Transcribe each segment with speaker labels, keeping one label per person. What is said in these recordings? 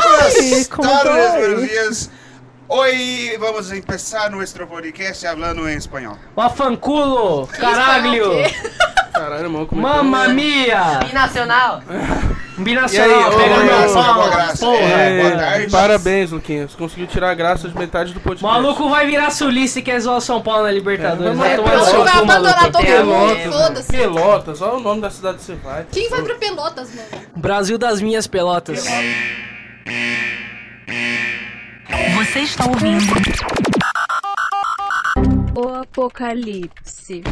Speaker 1: aí, como
Speaker 2: Tardes, buenos
Speaker 1: vai?
Speaker 2: días. Hoy vamos a empezar nuestro podcast hablando en español.
Speaker 3: Bafanculo,
Speaker 4: é
Speaker 3: caralho,
Speaker 5: Caralho, mano, como
Speaker 3: mamma mia,
Speaker 6: Binacional.
Speaker 3: binacional,
Speaker 5: E aí, ô,
Speaker 3: pega
Speaker 2: boa
Speaker 3: meu
Speaker 2: graça, boa
Speaker 3: pau,
Speaker 2: graça.
Speaker 3: porra.
Speaker 2: É, boa
Speaker 5: é
Speaker 2: tarde.
Speaker 5: que... Parabéns, Luquinhas. Conseguiu tirar a graça de metade do podcast.
Speaker 3: Maluco vai virar sulista e quer zoar o São Paulo na Libertadores.
Speaker 5: É,
Speaker 3: Vai
Speaker 5: mas
Speaker 3: tomar
Speaker 5: é
Speaker 3: no seu
Speaker 5: pronto,
Speaker 3: cu,
Speaker 5: vai
Speaker 3: maluco.
Speaker 6: abandonar todo
Speaker 3: Pelotas,
Speaker 6: mundo,
Speaker 3: mano.
Speaker 6: foda-se.
Speaker 5: Pelotas, olha o nome da cidade que você vai.
Speaker 6: Quem vai pra Pelotas, mano?
Speaker 3: Brasil das minhas pelotas.
Speaker 7: Você está ouvindo
Speaker 8: O Apocalipse.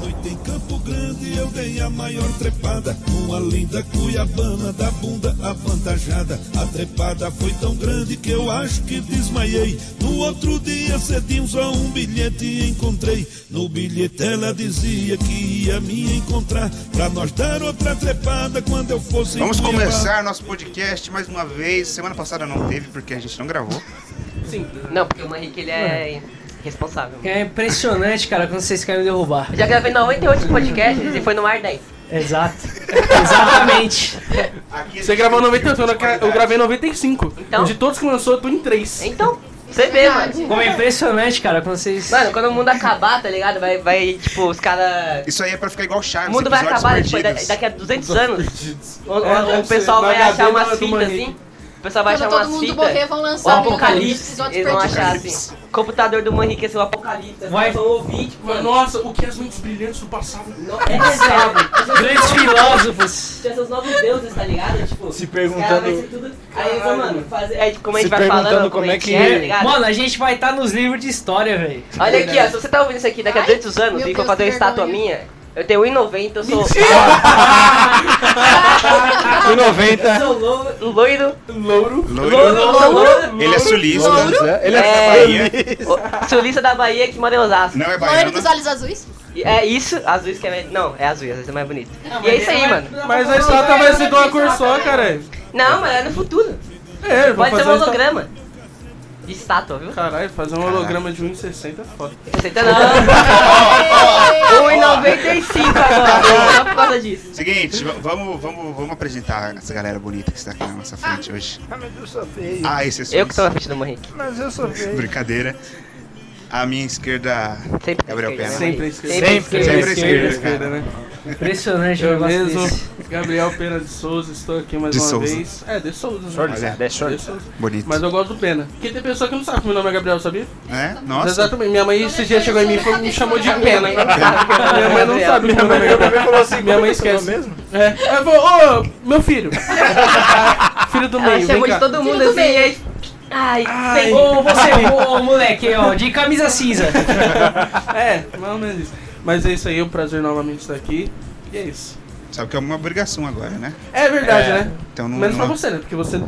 Speaker 9: noite em Campo Grande eu dei a maior trepada. Uma linda cuiabana da bunda avantajada. A trepada foi tão grande que eu acho que desmaiei. No outro dia cedinho só um bilhete encontrei. No bilhete ela dizia que ia me encontrar. Pra nós dar outra trepada quando eu fosse em
Speaker 2: Vamos
Speaker 9: Cuiabá.
Speaker 2: começar nosso podcast mais uma vez. Semana passada não teve porque a gente não gravou.
Speaker 5: Sim.
Speaker 6: Não, porque o Henrique ele é responsável.
Speaker 3: É impressionante, cara, quando vocês querem me derrubar.
Speaker 6: Eu já gravei 98 podcasts e foi no ar 10.
Speaker 3: Exato. Exatamente.
Speaker 2: Aqui
Speaker 5: Você
Speaker 2: a gente
Speaker 5: gravou
Speaker 2: tem
Speaker 5: 91, eu
Speaker 2: qualidade.
Speaker 5: eu gravei 95.
Speaker 6: Então?
Speaker 5: De todos que lançou, eu tô em 3.
Speaker 6: Então, você vê, mano.
Speaker 3: Como é impressionante, cara, quando vocês.
Speaker 6: Mano, quando o mundo acabar, tá ligado? Vai, vai tipo, os caras...
Speaker 2: Isso aí é pra ficar igual Chaves.
Speaker 6: O mundo vai
Speaker 2: episódios
Speaker 6: acabar depois,
Speaker 2: perdidos.
Speaker 6: da- daqui a 200 anos. O, o-
Speaker 5: É,
Speaker 6: o
Speaker 5: deve ser.
Speaker 6: pessoal
Speaker 5: Na
Speaker 6: vai
Speaker 5: HD
Speaker 6: achar
Speaker 5: do-
Speaker 6: umas
Speaker 5: do
Speaker 6: fitas
Speaker 5: Henrique.
Speaker 6: assim. O pessoal vai
Speaker 4: Quando
Speaker 6: achar
Speaker 4: todo
Speaker 6: umas
Speaker 4: mundo morrer, um
Speaker 6: fitas.
Speaker 4: vão
Speaker 6: O
Speaker 4: lançar
Speaker 6: apocalipse,
Speaker 4: episódios
Speaker 6: eles vão
Speaker 4: perdidos.
Speaker 6: achar assim. O computador do Henrique é seu apocalipse.
Speaker 3: Vai-
Speaker 6: São ouvinte, mano.
Speaker 5: Nossa, o que é as mentes brilhantes do passado.
Speaker 6: É, sabe?
Speaker 3: Grandes filósofos.
Speaker 6: Tinha seus novos deuses, tá ligado? Tipo,
Speaker 10: Se
Speaker 6: os
Speaker 10: perguntando-
Speaker 6: caras vai ser tudo... Aí eles vão, mano, fazer... Aí, tipo, como a
Speaker 10: Se
Speaker 6: gente vai
Speaker 10: perguntando
Speaker 6: falando,
Speaker 10: como é
Speaker 6: a gente
Speaker 10: que-
Speaker 6: é, tá ligado?
Speaker 3: Mano, a gente vai estar nos livros de história, velho.
Speaker 6: Olha aqui, ó, se você tá ouvindo isso aqui daqui a
Speaker 4: Ai,
Speaker 6: 200 anos
Speaker 4: meu
Speaker 6: e for
Speaker 4: Deus,
Speaker 6: fazer uma
Speaker 4: que
Speaker 6: estátua
Speaker 4: vergonha.
Speaker 6: minha, eu tenho 1,90, eu sou...
Speaker 10: Um em 90.
Speaker 6: sou lou- loiro,
Speaker 5: Louro.
Speaker 2: Loiro.
Speaker 6: louro, sou louro,
Speaker 2: Ele é sulista.
Speaker 10: Ele
Speaker 6: É.
Speaker 10: é,
Speaker 6: o- sulista da Bahia que mora em Osasco.
Speaker 2: Não é
Speaker 4: Loiro
Speaker 2: baiano.
Speaker 10: né?
Speaker 4: dos olhos azuis?
Speaker 6: E É isso, azul isso que é... mais- Não, é azul, azul é mais bonito. e é isso aí, mano.
Speaker 5: Mas a estátua vai ser de uma cor só, cara.
Speaker 6: Não, mas é no futuro.
Speaker 5: É, vou
Speaker 6: Pode
Speaker 5: fazer
Speaker 6: ser um
Speaker 5: uma estátua-
Speaker 6: holograma. De estátua, viu?
Speaker 5: Caralho, fazer um holograma de 1,60 é foda.
Speaker 6: Você tá na... 1,95 agora, só por causa disso.
Speaker 2: Seguinte, v- vamos, vamos, vamos apresentar essa galera bonita que está aqui na nossa frente hoje.
Speaker 10: Ah, mas eu sou feio. Ah,
Speaker 2: Ah, esse é sulista.
Speaker 6: Eu que tô na frente do Morrique.
Speaker 10: Mas eu sou feio.
Speaker 2: Brincadeira. A minha esquerda.
Speaker 6: Sempre à
Speaker 2: Gabriel
Speaker 6: esquerda.
Speaker 2: Pena.
Speaker 5: Sempre à esquerda.
Speaker 6: Sempre à
Speaker 3: Sempre.
Speaker 6: esquerda.
Speaker 2: Sempre à esquerda,
Speaker 5: esquerda, né?
Speaker 3: Impressionante o
Speaker 5: Eu
Speaker 3: negócio
Speaker 5: É mesmo,
Speaker 3: desse.
Speaker 5: Gabriel Pena de Souza, estou aqui mais
Speaker 2: De
Speaker 5: uma
Speaker 2: Souza.
Speaker 5: vez. É, de Souza, né?
Speaker 2: Olha,
Speaker 10: Short, é
Speaker 5: De
Speaker 10: short.
Speaker 5: Souza.
Speaker 2: Bonito.
Speaker 5: Mas eu gosto do Pena. Porque tem pessoa que não sabe que meu nome é Gabriel, sabia?
Speaker 2: É? Nossa.
Speaker 5: Exatamente. Minha mãe esse dia chegou em mim e falou- me chamou de Pena. minha mãe não
Speaker 6: Gabriel.
Speaker 5: sabe que meu nome é Gabriel.
Speaker 10: falou assim,
Speaker 5: Minha mãe
Speaker 10: "Como é que é o
Speaker 5: esquece.
Speaker 10: seu nome mesmo?
Speaker 5: É. Aí eu falou, ô, meu filho. filho do
Speaker 6: Ela
Speaker 5: meio, vem
Speaker 6: chamou de
Speaker 5: cá.
Speaker 6: todo mundo
Speaker 4: do
Speaker 6: assim, e aí... Ai,
Speaker 5: Ai.
Speaker 6: tem...
Speaker 3: Ô, você, ô, ô, moleque, ó, de camisa cinza.
Speaker 5: É, mais ou menos isso. Mas é isso aí, é um prazer novamente estar aqui. E é isso.
Speaker 2: Sabe que é uma obrigação agora, né?
Speaker 5: É verdade,
Speaker 10: É.
Speaker 5: né?
Speaker 2: Então não.
Speaker 5: Menos pra
Speaker 2: não-
Speaker 5: você, né? Porque você...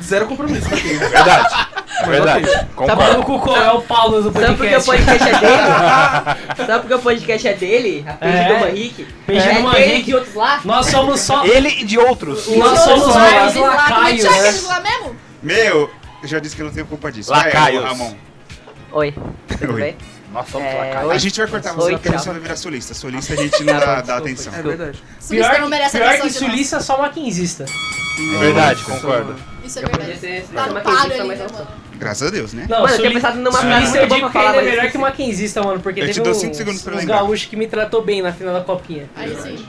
Speaker 5: Zero compromisso com aquilo.
Speaker 10: Verdade.
Speaker 5: ok.
Speaker 10: Verdade.
Speaker 3: Tá
Speaker 10: Concordo.
Speaker 3: maluco qual é o Paulo do
Speaker 6: Sabe porque
Speaker 3: podcast?
Speaker 6: o podcast é dele? Sabe porque o podcast é dele? A page
Speaker 3: É.
Speaker 6: do Manrique?
Speaker 3: Page
Speaker 6: é
Speaker 3: do Manrique.
Speaker 6: dele e de outros lá?
Speaker 3: Nós somos só.
Speaker 10: Ele e de outros.
Speaker 3: Nós somos
Speaker 4: Lá,
Speaker 3: mais
Speaker 4: eles lá, como é que
Speaker 3: lacaios. né?
Speaker 4: chama aqueles lá mesmo?
Speaker 2: Meu, eu já disse que eu não tenho culpa disso.
Speaker 10: Lacaios.
Speaker 2: Vai, Ramon.
Speaker 6: Oi, tudo
Speaker 2: Oi.
Speaker 6: bem?
Speaker 10: Nós somos
Speaker 6: É,
Speaker 10: lacaios.
Speaker 2: A gente vai cortar você
Speaker 6: Oi,
Speaker 2: porque
Speaker 6: tchau.
Speaker 2: você vai virar solista. Solista a gente não dá, dá atenção.
Speaker 5: É verdade.
Speaker 4: Sulista
Speaker 3: Pior,
Speaker 4: não merece
Speaker 3: pior
Speaker 4: atenção
Speaker 3: que
Speaker 4: de nós.
Speaker 3: sulista é só maquinzista.
Speaker 10: Verdade,
Speaker 5: Nossa,
Speaker 10: concordo.
Speaker 5: mano.
Speaker 4: Isso é
Speaker 6: Podia
Speaker 4: verdade.
Speaker 6: ser- ser
Speaker 4: Tá
Speaker 6: uma
Speaker 4: no
Speaker 6: questão,
Speaker 4: paro ali,
Speaker 6: mas é
Speaker 4: né,
Speaker 6: só-
Speaker 4: mano?
Speaker 2: Graças a Deus, né?
Speaker 3: Não,
Speaker 6: Mano, eu tinha
Speaker 3: suli-
Speaker 6: pensado numa frase
Speaker 3: sulista
Speaker 6: muito
Speaker 3: eu
Speaker 6: boa
Speaker 3: digo
Speaker 6: pra
Speaker 3: que
Speaker 6: falar,
Speaker 3: ainda é
Speaker 6: mas eu
Speaker 3: melhor que
Speaker 6: esqueci.
Speaker 3: maquinzista, mano, porque
Speaker 2: Eu te
Speaker 3: teve
Speaker 2: dou
Speaker 3: uns,
Speaker 2: cinco segundos pra
Speaker 3: uns
Speaker 2: lembrar.
Speaker 3: gaúchos que me tratou bem na final da copinha.
Speaker 4: Aí sim.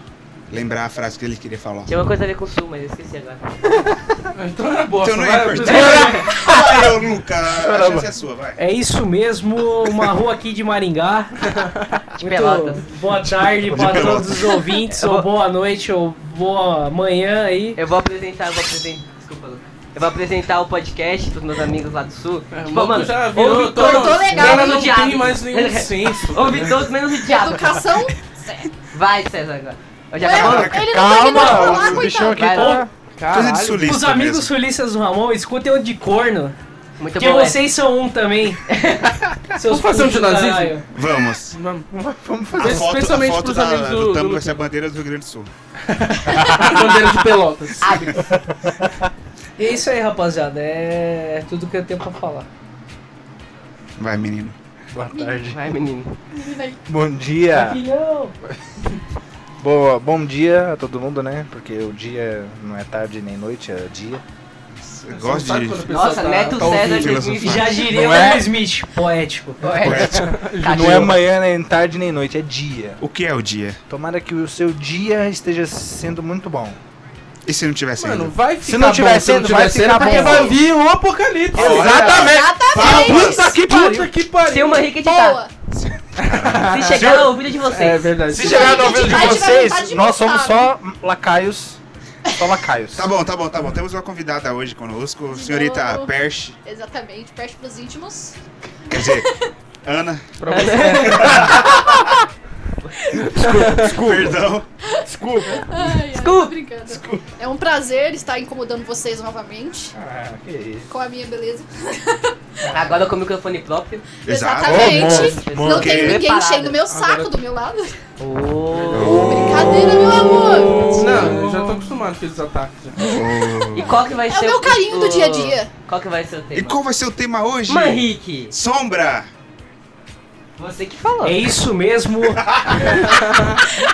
Speaker 2: Lembrar a frase que ele queria falar.
Speaker 6: Tinha uma coisa a ver com o Sul, mas eu esqueci agora.
Speaker 5: Então era bosta.
Speaker 2: Então não
Speaker 5: vai.
Speaker 2: é importante. Vai, ô, Luca. A chance é sua, vai.
Speaker 3: É isso mesmo, uma rua aqui de Maringá. Muito
Speaker 6: Pelotas.
Speaker 3: boa tarde para
Speaker 2: Pelotas.
Speaker 3: todos os ouvintes, ou boa noite, ou boa manhã aí.
Speaker 6: Eu vou apresentar, eu vou apresentar. Desculpa, Lu. Eu vou apresentar o podcast pros meus amigos lá do sul.
Speaker 5: É,
Speaker 6: tipo,
Speaker 5: o maluco
Speaker 6: mano,
Speaker 5: já
Speaker 6: ouve
Speaker 5: virou
Speaker 6: todos,
Speaker 5: todo-
Speaker 4: Cortou legal,
Speaker 5: Ela
Speaker 4: hein,
Speaker 5: não
Speaker 6: diabo.
Speaker 5: tem mais nenhum senso.
Speaker 6: ouve todos menos o diabo.
Speaker 4: Educação.
Speaker 6: Vai, César, agora. Eu Tá, já
Speaker 4: Ué,
Speaker 6: acabou?
Speaker 4: Ele não tá querendo
Speaker 10: Calma,
Speaker 4: falar,
Speaker 10: o bichão
Speaker 4: coitado.
Speaker 10: aqui
Speaker 6: Vai lá.
Speaker 10: tá...
Speaker 2: Coisa de
Speaker 5: Caralho.
Speaker 2: sulista.
Speaker 3: Os amigos
Speaker 2: mesmo.
Speaker 3: sulistas do Ramon, escutem o de corno,
Speaker 6: Muito
Speaker 3: porque
Speaker 6: bom, né?
Speaker 3: vocês são um também. Seus
Speaker 5: Tá é. Vamos fazer um
Speaker 3: putos do
Speaker 5: ginásio?
Speaker 3: caralho.
Speaker 2: Vamos.
Speaker 5: Vamos.
Speaker 10: Vamos
Speaker 2: A
Speaker 5: Esse-
Speaker 2: foto, a
Speaker 5: especialmente
Speaker 2: foto
Speaker 5: pros
Speaker 2: da-
Speaker 5: amigos
Speaker 2: do,
Speaker 5: do-
Speaker 2: tampo
Speaker 5: do
Speaker 2: vai ser a bandeira do Rio Grande do Sul.
Speaker 5: Bandeira de Pelotas.
Speaker 3: E é isso aí, rapaziada, é tudo que eu tenho pra falar.
Speaker 2: Vai, menino.
Speaker 6: é.
Speaker 10: Boa tarde. É.
Speaker 6: Vai, menino.
Speaker 10: Bom dia.
Speaker 3: Filhão!
Speaker 10: Boa, bom dia a todo mundo, né? Porque o dia não é tarde nem noite, é dia.
Speaker 2: Eu gosto
Speaker 5: Sabe
Speaker 2: de.
Speaker 5: quando a pessoa
Speaker 6: Nossa,
Speaker 5: tá-
Speaker 6: Neto
Speaker 5: tá
Speaker 6: César
Speaker 5: ouvindo?
Speaker 2: de- filosofar.
Speaker 6: 2020. Já diria
Speaker 10: Não
Speaker 6: o
Speaker 10: é?
Speaker 6: Will Smith.
Speaker 3: Poético.
Speaker 10: Não é manhã, nem tarde, nem noite, é dia.
Speaker 2: O que é o dia?
Speaker 10: Tomara que o seu dia esteja sendo muito bom.
Speaker 2: E se não tivesse
Speaker 5: Mano,
Speaker 2: ainda?
Speaker 5: vai ficar
Speaker 10: Se não tiver
Speaker 5: bom,
Speaker 10: sendo,
Speaker 5: se não
Speaker 10: vai
Speaker 5: tiver sendo,
Speaker 10: ficar
Speaker 5: porque
Speaker 10: bom.
Speaker 5: vai vir o apocalipse.
Speaker 10: tá
Speaker 5: Puta que pariu. Puta que pariu.
Speaker 6: Tem uma rica editada.
Speaker 4: Boa.
Speaker 6: Se chegar na ouvida de vocês.
Speaker 5: É verdade.
Speaker 10: Se chegar no ouvido de
Speaker 4: Vai, vai, vai
Speaker 10: vocês,
Speaker 4: de
Speaker 10: nós somos
Speaker 4: vontade.
Speaker 10: só lacaios. Só lacaios.
Speaker 2: Tá bom, tá bom, tá bom. Temos uma convidada hoje conosco,
Speaker 4: De
Speaker 2: senhorita
Speaker 4: novo.
Speaker 2: Perche.
Speaker 4: Exatamente, perde pros íntimos.
Speaker 2: Quer dizer, Ana.
Speaker 5: Pra você.
Speaker 2: Perdão.
Speaker 4: Ai, ai, tô brincando. É um prazer estar incomodando vocês novamente
Speaker 10: Ah, que isso.
Speaker 4: com a minha beleza.
Speaker 6: Agora com o microfone próprio.
Speaker 4: Exatamente.
Speaker 6: Ô,
Speaker 4: Não
Speaker 6: monstro,
Speaker 4: tem
Speaker 6: monstro.
Speaker 4: ninguém
Speaker 6: Preparada.
Speaker 4: enchendo meu saco do meu lado.
Speaker 6: Oh.
Speaker 4: Brincadeira, meu amor.
Speaker 5: Não, eu já tô acostumado com esses ataques. já.
Speaker 6: E qual que vai
Speaker 4: É
Speaker 6: ser
Speaker 4: o meu carinho do
Speaker 6: o- tipo-
Speaker 4: dia a dia.
Speaker 6: Qual que vai ser o tema?
Speaker 2: E qual vai ser o tema hoje?
Speaker 6: Manrique,
Speaker 2: Sombra!
Speaker 6: você que falou.
Speaker 3: É isso mesmo.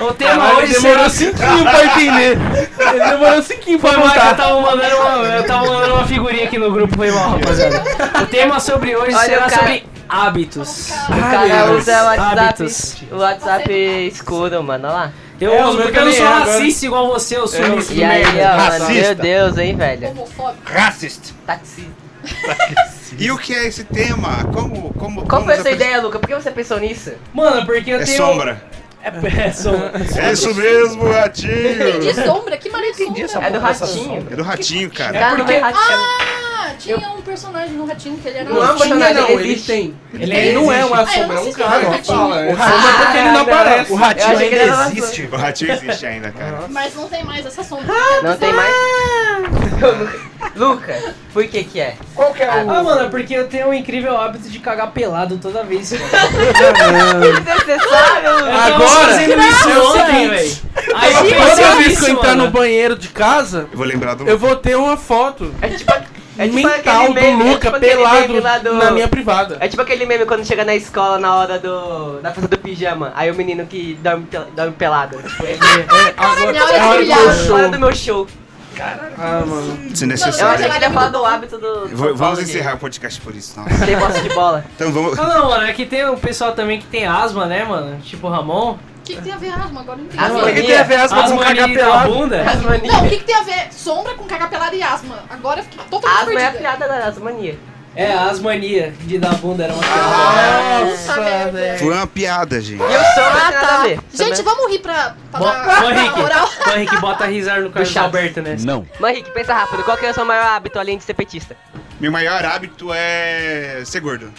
Speaker 6: O tema
Speaker 5: Caralho,
Speaker 6: hoje
Speaker 5: demorou
Speaker 6: será...
Speaker 5: cinquinho pra entender. Ele demorou cinquinho pra
Speaker 3: Foi mal que eu
Speaker 5: montar.
Speaker 3: tava mandando uma, eu tava mandando uma figurinha aqui no grupo, foi mal, rapaziada. O tema sobre hoje
Speaker 6: Olha,
Speaker 3: será
Speaker 6: o cara-
Speaker 3: sobre hábitos.
Speaker 6: O cara usa o
Speaker 3: Hábitos.
Speaker 6: WhatsApp, o WhatsApp escuro, mano, olha lá.
Speaker 3: Eu
Speaker 5: É,
Speaker 3: uso
Speaker 5: eu
Speaker 3: porque eu não
Speaker 5: também
Speaker 3: sou
Speaker 5: é, agora.
Speaker 3: racista igual você, eu sou
Speaker 5: É,
Speaker 3: isso
Speaker 6: E aí, ó, mano,
Speaker 10: Racista.
Speaker 6: meu Deus, hein, velho.
Speaker 4: Homofóbico.
Speaker 10: Racist.
Speaker 6: Taxi.
Speaker 2: E o que é esse tema? Como. como
Speaker 6: Qual
Speaker 2: como
Speaker 6: foi a
Speaker 2: nos apre-
Speaker 6: sua ideia, Luca? Por que você pensou nisso?
Speaker 3: Mano, porque eu
Speaker 2: É
Speaker 3: tenho.
Speaker 2: sombra.
Speaker 3: É, é sombra.
Speaker 2: É isso mesmo,
Speaker 4: De
Speaker 2: ratinho!
Speaker 4: sombra, que marido sombra.
Speaker 6: É do
Speaker 2: É
Speaker 6: ratinho.
Speaker 2: do ratinho, cara.
Speaker 6: Cara, não é ratinho.
Speaker 4: Ah, tinha um personagem no ratinho que ele era
Speaker 6: Não é um
Speaker 4: ratinho.
Speaker 6: personagem,
Speaker 5: não, ele
Speaker 6: existe.
Speaker 5: tem.
Speaker 3: Ele
Speaker 5: Ele não é uma
Speaker 4: Ah, eu
Speaker 5: sombra,
Speaker 4: não
Speaker 5: é um
Speaker 4: sei se
Speaker 5: cara.
Speaker 4: ele é
Speaker 5: Não
Speaker 4: ratinho.
Speaker 5: fala. É sombra porque ele não
Speaker 6: não.
Speaker 5: aparece.
Speaker 10: O
Speaker 6: Ah, Eu
Speaker 10: ratinho
Speaker 6: achei que
Speaker 10: ainda
Speaker 6: ele era
Speaker 10: existe.
Speaker 2: O ratinho existe ainda, cara.
Speaker 4: Mas não tem mais essa sombra.
Speaker 6: Não tem mais. Luca, por que que é?
Speaker 10: Qual que é
Speaker 6: Ah,
Speaker 3: Ah, mano, é porque eu tenho o incrível hábito de cagar pelado toda vez. mano.
Speaker 6: Desnecessário, Luca.
Speaker 3: Eu tava
Speaker 5: Ah. Agora,
Speaker 3: fazendo isso
Speaker 5: é o
Speaker 3: ontem,
Speaker 5: seguinte.
Speaker 3: velho. Aí
Speaker 5: Toda
Speaker 3: eu né?
Speaker 5: vez que eu entrar no
Speaker 3: banco.
Speaker 5: banheiro de casa,
Speaker 2: Eu vou lembrar do.
Speaker 5: eu vou ter uma foto
Speaker 6: É tipo, é
Speaker 5: Um
Speaker 6: tipo
Speaker 5: mental
Speaker 6: aquele
Speaker 5: do
Speaker 6: meme, é
Speaker 5: Luca
Speaker 6: tipo aquele meme lá
Speaker 5: pelado
Speaker 6: do-
Speaker 5: na minha privada.
Speaker 6: É tipo aquele meme quando chega na escola na hora do. da festa do pijama. Aí o menino que dorme, pel- dorme pelado. Tipo, é
Speaker 5: Agora,
Speaker 4: Minha hora de
Speaker 6: um
Speaker 5: é hora do
Speaker 4: brilhar.
Speaker 5: meu
Speaker 6: a hora
Speaker 5: show.
Speaker 6: do meu show.
Speaker 5: Ah, mano.
Speaker 6: Eu
Speaker 4: Olha,
Speaker 6: achei
Speaker 2: Desnecessário.
Speaker 6: que é ele ia falar do hábito do.
Speaker 2: Vou-
Speaker 6: São Paulo
Speaker 2: Vamos
Speaker 6: de-
Speaker 2: encerrar o podcast por isso, não.
Speaker 6: Tem bosta de bola.
Speaker 2: Então vamos.
Speaker 3: Não, não, mano, é que tem um pessoal também que tem asma, né, mano? Tipo o Ramon.
Speaker 4: O que, que tem a ver asma? Agora eu não entendi.
Speaker 6: Asma.
Speaker 3: É
Speaker 6: é
Speaker 10: Por que tem a ver asma com
Speaker 3: Asma
Speaker 10: cagar
Speaker 3: ali na
Speaker 10: pelado?
Speaker 3: bunda.
Speaker 6: As manias.
Speaker 4: Não, o que, que tem a ver sombra com cagar pelada e asma? Agora eu fiquei totalmente
Speaker 6: Asma é a
Speaker 4: perdida.
Speaker 6: piada da asmania.
Speaker 3: É, as mania de dar bunda era uma
Speaker 10: Ah.
Speaker 3: piada.
Speaker 6: Tá
Speaker 4: Nossa,
Speaker 5: Nossa,
Speaker 4: velho.
Speaker 2: Foi uma piada, gente.
Speaker 6: E o som não tem nada a ver.
Speaker 4: Gente, vamos rir pra, pra
Speaker 3: Bom,
Speaker 4: dar
Speaker 3: bom, Henrique.
Speaker 4: moral.
Speaker 3: Então, Henrique, bota risar no Carlos
Speaker 6: chato.
Speaker 3: Alberto, né?
Speaker 6: Henrique, pensa rápido. Qual que é o seu maior hábito além de ser petista?
Speaker 2: Meu maior hábito é ser gordo.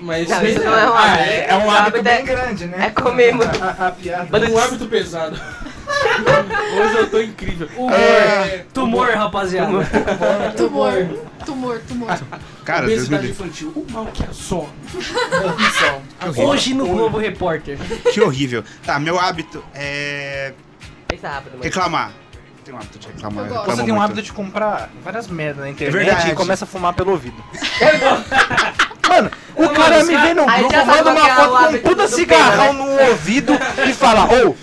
Speaker 5: Mas
Speaker 6: Não, isso não é um
Speaker 5: Ah,
Speaker 6: hábito.
Speaker 10: É um
Speaker 6: Esse
Speaker 10: hábito
Speaker 6: é-
Speaker 10: bem grande, né?
Speaker 6: É comer muito.
Speaker 10: A, a piada.
Speaker 5: um hábito pesado. Hoje eu tô incrível.
Speaker 2: É.
Speaker 3: Tumor, rapaziada.
Speaker 4: Tumor. Tumor, tumor.
Speaker 3: Ah,
Speaker 2: Cara, Deus me
Speaker 5: Obesidade
Speaker 2: livre.
Speaker 5: infantil. O mal que é só.
Speaker 3: Hoje no Globo Repórter.
Speaker 2: Que horrível. Tá, meu hábito é.
Speaker 6: Pensa rápido, mano.
Speaker 2: reclamar. Tem um hábito de reclamar.
Speaker 4: Eu
Speaker 2: eu
Speaker 4: gosto.
Speaker 2: reclamo
Speaker 10: Você tem um
Speaker 2: muito.
Speaker 10: hábito de comprar várias merdas na internet
Speaker 2: verdade.
Speaker 10: e começa a fumar pelo ouvido.
Speaker 6: É
Speaker 10: Mano, o
Speaker 3: Mano,
Speaker 10: cara
Speaker 3: os
Speaker 10: me
Speaker 3: cara-
Speaker 10: vê no
Speaker 6: Aí
Speaker 10: grupo,
Speaker 6: já sabe
Speaker 10: manda
Speaker 6: qual
Speaker 10: uma
Speaker 6: que é o
Speaker 10: foto com um
Speaker 6: hábito
Speaker 10: puta
Speaker 6: do
Speaker 10: cigarrão
Speaker 6: Pedro, né?
Speaker 10: no ouvido e fala, ô,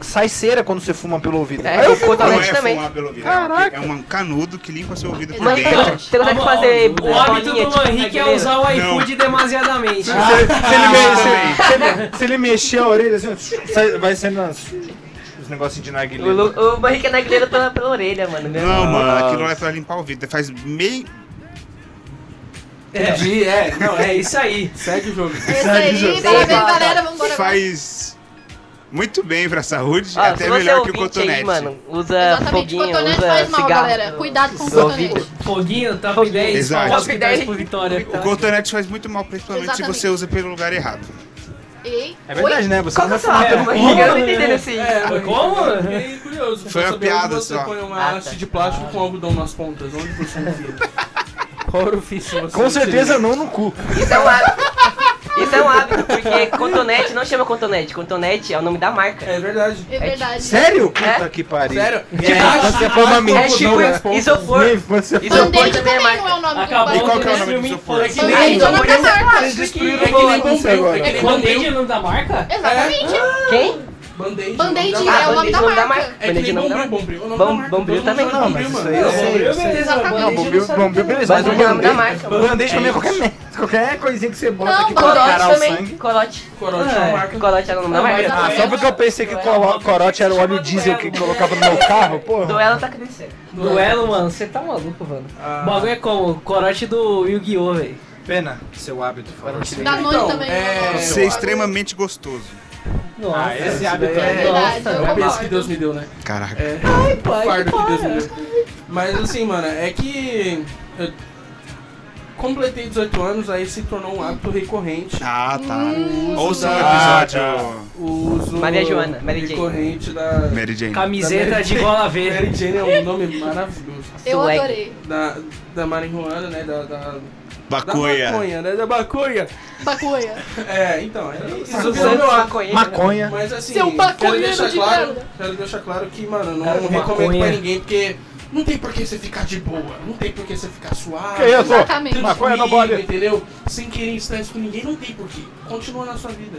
Speaker 10: sai cera quando você fuma pelo ouvido.
Speaker 6: É,
Speaker 10: Aí eu
Speaker 6: eu fico
Speaker 10: fico,
Speaker 2: Não
Speaker 6: totalmente
Speaker 2: é
Speaker 6: também.
Speaker 2: fumar pelo ouvido.
Speaker 10: Caraca.
Speaker 2: É um canudo que limpa seu ouvido por
Speaker 6: Mano,
Speaker 2: dentro.
Speaker 6: você consegue fazer.
Speaker 3: Tá o hábito
Speaker 6: bolinha,
Speaker 3: do
Speaker 6: tipo,
Speaker 3: Henrique é
Speaker 6: brasileiro?
Speaker 3: usar o iFood demasiadamente.
Speaker 10: se, ele- se ele me- se ele- se ele- se ele mexer a orelha assim, sai- vai sendo as- os negocinhos de narguilé.
Speaker 6: O, Lu- o Henrique é negreiro pela, pela orelha, mano. né?
Speaker 2: Não, mano,
Speaker 10: Nossa.
Speaker 2: aquilo não é pra limpar o ouvido. Faz meio.
Speaker 3: É, Gi, é, não, é isso aí.
Speaker 5: Segue o jogo.
Speaker 4: É isso aí. Parabéns,
Speaker 3: tá.
Speaker 4: galera. Vamos embora.
Speaker 2: Faz muito bem pra saúde.
Speaker 6: Ó,
Speaker 2: até
Speaker 6: se você é
Speaker 2: melhor que o
Speaker 6: ouvinte
Speaker 2: cotonete.
Speaker 6: Aí, mano, usa
Speaker 4: Exatamente.
Speaker 6: foguinho,
Speaker 4: Cotonete
Speaker 6: usa
Speaker 4: faz mal,
Speaker 6: cigarro.
Speaker 4: galera. Cuidado com o
Speaker 6: Do
Speaker 4: cotonete.
Speaker 6: ouvido.
Speaker 3: Foguinho, top 10.
Speaker 2: Exato.
Speaker 3: palmas
Speaker 6: Top
Speaker 3: pro Deus
Speaker 6: 10.
Speaker 3: por vitória.
Speaker 2: O cotonete faz muito mal, principalmente
Speaker 4: Exatamente.
Speaker 2: se você usa pelo lugar errado.
Speaker 4: Ei.
Speaker 10: É verdade, né? Você
Speaker 6: Qual
Speaker 10: não
Speaker 6: que é
Speaker 10: vai
Speaker 6: o seu
Speaker 10: fumar
Speaker 6: hábito,
Speaker 10: pelo
Speaker 6: Henrique? Eu não entendi nesse.
Speaker 5: mas
Speaker 3: Como?
Speaker 5: eu fiquei
Speaker 2: Foi
Speaker 5: curioso. pra
Speaker 2: uma
Speaker 5: saber onde
Speaker 2: piada
Speaker 5: você
Speaker 2: só.
Speaker 5: põe uma
Speaker 6: Ah,
Speaker 5: haste
Speaker 6: tá.
Speaker 5: de plástico com algodão nas pontas. Onde você enfia? Qual orifício você
Speaker 10: Com certeza
Speaker 5: utiliza?
Speaker 10: não no cu.
Speaker 6: Isso é um hábito. Isso é um hábito, porque cotonete não chama cotonete. Cotonete é o nome da marca.
Speaker 5: É verdade.
Speaker 4: É verdade.
Speaker 10: Sério? Puta
Speaker 6: É.
Speaker 10: que pariu.
Speaker 5: Sério?
Speaker 10: Minha infância foi uma
Speaker 6: É
Speaker 10: mentira.
Speaker 6: tipo
Speaker 5: não, né?
Speaker 6: isopor.
Speaker 10: Minha infância foi
Speaker 6: Isso eu
Speaker 4: Band-Aid
Speaker 6: ponho
Speaker 4: também
Speaker 6: também a
Speaker 4: não é
Speaker 6: marca.
Speaker 4: o nome
Speaker 2: E
Speaker 4: do
Speaker 3: Acabou
Speaker 2: qual
Speaker 4: bagulho.
Speaker 2: que é o nome do
Speaker 3: filme
Speaker 2: isopor?
Speaker 3: É que
Speaker 4: Band-Aid
Speaker 3: nem
Speaker 4: é
Speaker 5: então
Speaker 4: o nome da marca.
Speaker 5: É que nem
Speaker 10: bombeiro agora.
Speaker 5: É que nem
Speaker 3: Band-Aid
Speaker 5: bombeiro.
Speaker 3: é o nome da marca?
Speaker 4: Exatamente.
Speaker 6: Quem?
Speaker 5: Band-Aid.
Speaker 4: Band-Aid
Speaker 5: não dá
Speaker 4: é
Speaker 5: mais.
Speaker 4: o nome
Speaker 6: Band-Aid
Speaker 4: da
Speaker 6: não
Speaker 4: marca.
Speaker 6: dá mais.
Speaker 5: É que
Speaker 6: Band-Aid
Speaker 5: nem
Speaker 6: não dá
Speaker 5: Bombril,
Speaker 6: mais.
Speaker 5: Bombril. O nome da
Speaker 6: Bom-
Speaker 5: marca.
Speaker 6: Bombril
Speaker 5: todo mundo
Speaker 6: também.
Speaker 5: chama
Speaker 10: Não,
Speaker 5: Bombril,
Speaker 10: mas
Speaker 5: mano.
Speaker 10: isso aí eu
Speaker 6: é
Speaker 10: sei, eu sei.
Speaker 4: Exatamente.
Speaker 10: Não, bombril, bombril, um beleza. Mas o
Speaker 6: Bombril é o nome da marca.
Speaker 10: band-aid band-aid também é qualquer merda. Qualquer coisinha que você bota
Speaker 4: Não,
Speaker 10: aqui pra
Speaker 4: band-aid
Speaker 10: parar o
Speaker 6: Corote também.
Speaker 10: sangue.
Speaker 6: Corote.
Speaker 5: Corote é uma marca.
Speaker 6: Corote era o nome da marca.
Speaker 10: Ah, só porque eu pensei que colo- corote era o óleo diesel que colocava no meu carro, porra.
Speaker 6: Duelo tá crescendo.
Speaker 3: Duelo, mano, você tá maluco, mano.
Speaker 5: Ah.
Speaker 3: O bagulho é como? O corote do Yu-Gi-Oh, velho.
Speaker 10: Pena, seu hábito. fala assim.
Speaker 4: Da None
Speaker 5: Então,
Speaker 4: também.
Speaker 5: é-
Speaker 4: né?
Speaker 2: Isso é extremamente gostoso.
Speaker 3: Nossa,
Speaker 10: Ah, esse
Speaker 3: isso
Speaker 10: hábito
Speaker 3: daí
Speaker 5: é-
Speaker 4: Verdade, eu
Speaker 5: É o peso
Speaker 4: concordo.
Speaker 5: que Deus me deu, né?
Speaker 2: Caraca.
Speaker 5: É.
Speaker 3: pai,
Speaker 5: fardo que
Speaker 3: para.
Speaker 5: Deus me deu. Mas assim, mano, é que eu completei 18 anos, aí se tornou um hábito recorrente.
Speaker 2: Ah, tá. Ouça o
Speaker 10: Ah,
Speaker 2: episódio
Speaker 5: O uso
Speaker 6: Maria Joana, Mary Jane.
Speaker 5: recorrente
Speaker 10: tá.
Speaker 5: da.
Speaker 2: Mary Jane.
Speaker 3: Camiseta de gola
Speaker 5: Mary
Speaker 3: verde.
Speaker 5: Jane é um nome maravilhoso.
Speaker 4: Eu
Speaker 6: Swag.
Speaker 4: adorei.
Speaker 5: Da, da marihuana, né? Da, da, da
Speaker 2: Bacuia.
Speaker 5: maconha, né? Da maconha.
Speaker 4: Bacuia.
Speaker 5: É, então, é isso. virou
Speaker 6: Santos
Speaker 5: meu hábito.
Speaker 6: maconheiro.
Speaker 10: Maconha.
Speaker 5: Mas assim,
Speaker 4: né? Seu
Speaker 5: quero
Speaker 4: maconheiro
Speaker 5: deixar,
Speaker 4: de
Speaker 5: claro,
Speaker 4: merda.
Speaker 5: quero deixar claro que, mano, eu não
Speaker 3: Cara,
Speaker 5: recomendo
Speaker 3: maconha.
Speaker 5: pra ninguém, porque não tem por que você ficar de boa, não tem por que você ficar suave.
Speaker 10: Que isso?
Speaker 4: Exatamente.
Speaker 10: Maconha no
Speaker 5: tranquilo,
Speaker 10: bode.
Speaker 5: Entendeu? Sem querer estresse com ninguém, não tem por que. Continua na sua vida.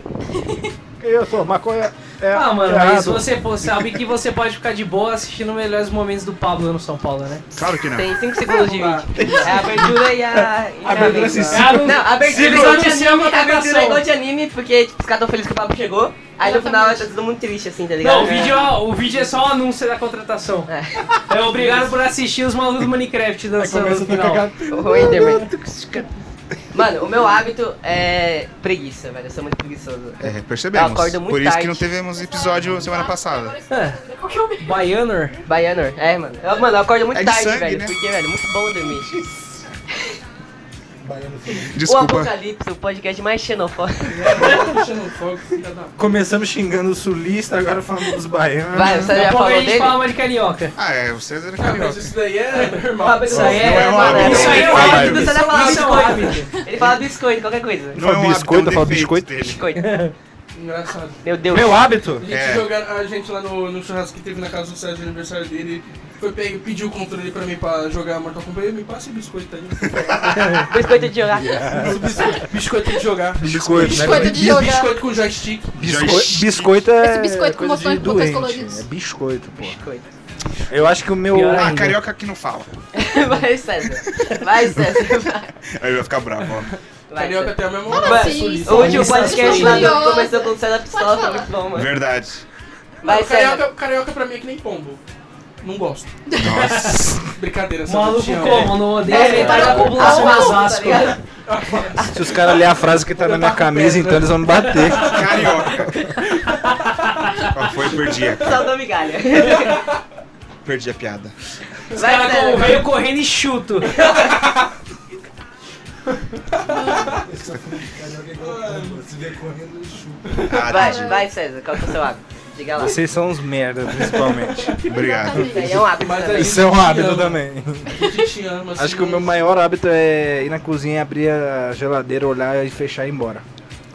Speaker 10: Que isso, maconha. É,
Speaker 3: Ah, mano,
Speaker 10: errado.
Speaker 3: mas você pô, sabe que você pode ficar de boa assistindo melhores momentos do Pablo no São Paulo, né?
Speaker 2: Claro que não.
Speaker 6: Tem 5 segundos de
Speaker 3: Tá.
Speaker 5: Vamos
Speaker 6: vídeo. É a abertura e a. A
Speaker 10: abertura se
Speaker 3: Cara,
Speaker 6: Não, a abertura
Speaker 3: Segura.
Speaker 6: é igual de
Speaker 3: Se chama
Speaker 6: anime, a abertura
Speaker 3: atenção.
Speaker 6: é igual de anime, porque tipo, os caras tão felizes que o papo chegou, aí no final tá todo mundo triste, assim, tá ligado?
Speaker 3: Não, o vídeo, é- o vídeo é só o anúncio da contratação. É obrigado por assistir os malucos do Minecraft dançando
Speaker 10: Começa
Speaker 3: no
Speaker 10: a tocar
Speaker 3: final.
Speaker 6: O Enderman. Mano, o meu hábito é preguiça, velho. Eu sou muito preguiçoso.
Speaker 2: É, percebemos.
Speaker 6: Eu acordo muito
Speaker 2: Por isso
Speaker 6: tarde.
Speaker 2: que não tivemos episódio semana passada.
Speaker 3: É. Baianor?
Speaker 6: Baiano, é, mano. Eu, mano, eu acordo muito
Speaker 2: É de
Speaker 6: tarde,
Speaker 2: sangue,
Speaker 6: velho.
Speaker 2: né?
Speaker 6: Porque, velho, é muito bom dormir. O
Speaker 2: Desculpa.
Speaker 6: Apocalipse, o podcast mais xenofóbico.
Speaker 5: Deixando É, fogo, filha da
Speaker 10: Começamos xingando o sulista, agora falando dos baianos.
Speaker 6: Vai, você
Speaker 3: Daqui
Speaker 6: já
Speaker 3: a pouco a
Speaker 6: falou
Speaker 3: gente
Speaker 6: dele?
Speaker 3: fala mais de carioca.
Speaker 2: Ah, é, o César é
Speaker 5: Ah, mas
Speaker 2: carioca.
Speaker 5: isso daí é
Speaker 6: Ah,
Speaker 5: normal.
Speaker 6: mas
Speaker 3: Isso aí é-
Speaker 6: não
Speaker 2: não é um
Speaker 6: mano,
Speaker 2: hábito,
Speaker 6: Isso aí é
Speaker 2: é
Speaker 6: um
Speaker 2: um
Speaker 6: hábito, você
Speaker 3: hábito.
Speaker 6: já fala
Speaker 3: Isso é um
Speaker 6: biscoito. Ele fala biscoito, qualquer coisa.
Speaker 2: Não é um
Speaker 10: Fala biscoito,
Speaker 2: hábito, é um
Speaker 10: fala
Speaker 2: defeito
Speaker 10: biscoito.
Speaker 2: dele.
Speaker 6: Biscoito.
Speaker 5: Engraçado.
Speaker 6: Meu Deus.
Speaker 10: Meu hábito?
Speaker 5: A gente,
Speaker 2: É.
Speaker 5: jogar, a gente lá no, no churrasco que teve na casa do César de aniversário dele, foi pego, pediu o controle pra mim pra jogar Mortal Kombat, me passa o biscoito aí.
Speaker 6: Biscoito de jogar.
Speaker 5: Biscoito- biscoito de jogar.
Speaker 10: Biscoito, né?
Speaker 4: Biscoito de jogar.
Speaker 5: Biscoito com joystick.
Speaker 10: Bisco... Biscoito é.
Speaker 4: Esse biscoito com
Speaker 10: coisa
Speaker 4: mostrando
Speaker 10: de
Speaker 4: com botões
Speaker 10: doente,
Speaker 4: coloridos.
Speaker 10: É biscoito, pô.
Speaker 6: Biscoito.
Speaker 10: Eu acho que o meu.
Speaker 3: Pior
Speaker 2: Ah,
Speaker 3: ainda.
Speaker 2: carioca que não fala.
Speaker 6: Vai, César. Vai, César. Vai,
Speaker 2: Aí vai ficar bravo, ó.
Speaker 6: Vai,
Speaker 5: Carioca
Speaker 6: César.
Speaker 5: até mesmo.
Speaker 4: Fala assim.
Speaker 5: sulista.
Speaker 6: Hoje o
Speaker 3: Isso,
Speaker 6: podcast
Speaker 3: isso.
Speaker 6: lá do
Speaker 4: Curiosa.
Speaker 6: começou com o César Pistola,
Speaker 4: Pode
Speaker 6: tá
Speaker 4: falar.
Speaker 6: muito bom, mano.
Speaker 2: Verdade.
Speaker 6: Vai,
Speaker 5: Não, carioca,
Speaker 6: César.
Speaker 5: carioca pra mim é que nem pombo. Não gosto.
Speaker 2: Nossa.
Speaker 5: Brincadeira,
Speaker 3: O
Speaker 5: César.
Speaker 3: Maluco
Speaker 5: te amo.
Speaker 3: como? Não odeia metade da
Speaker 6: Tá
Speaker 3: população de
Speaker 6: bom, tá
Speaker 3: Osasco.
Speaker 6: ligado?
Speaker 10: Se os caras lerem a frase que tá na minha camisa, então eles vão me bater.
Speaker 2: Carioca. Qual foi? Perdi a,
Speaker 6: Só dou migalha.
Speaker 2: perdi a piada.
Speaker 3: Os
Speaker 6: Vai,
Speaker 3: caras
Speaker 6: César.
Speaker 3: como veio correndo e chuto.
Speaker 2: Ah,
Speaker 6: Vai,
Speaker 2: entendi.
Speaker 6: vai, César. Qual que é o seu hábito? Diga lá.
Speaker 10: Vocês são uns merda, principalmente.
Speaker 2: Obrigado.
Speaker 6: Isso aí é um hábito
Speaker 5: Mas
Speaker 6: também.
Speaker 5: aí-
Speaker 10: Isso é um hábito
Speaker 5: Te amo.
Speaker 10: também.
Speaker 5: né? A gente te ama.
Speaker 10: Acho
Speaker 5: assim,
Speaker 10: que o meu maior hábito é ir na cozinha, abrir a geladeira, olhar e fechar e ir embora.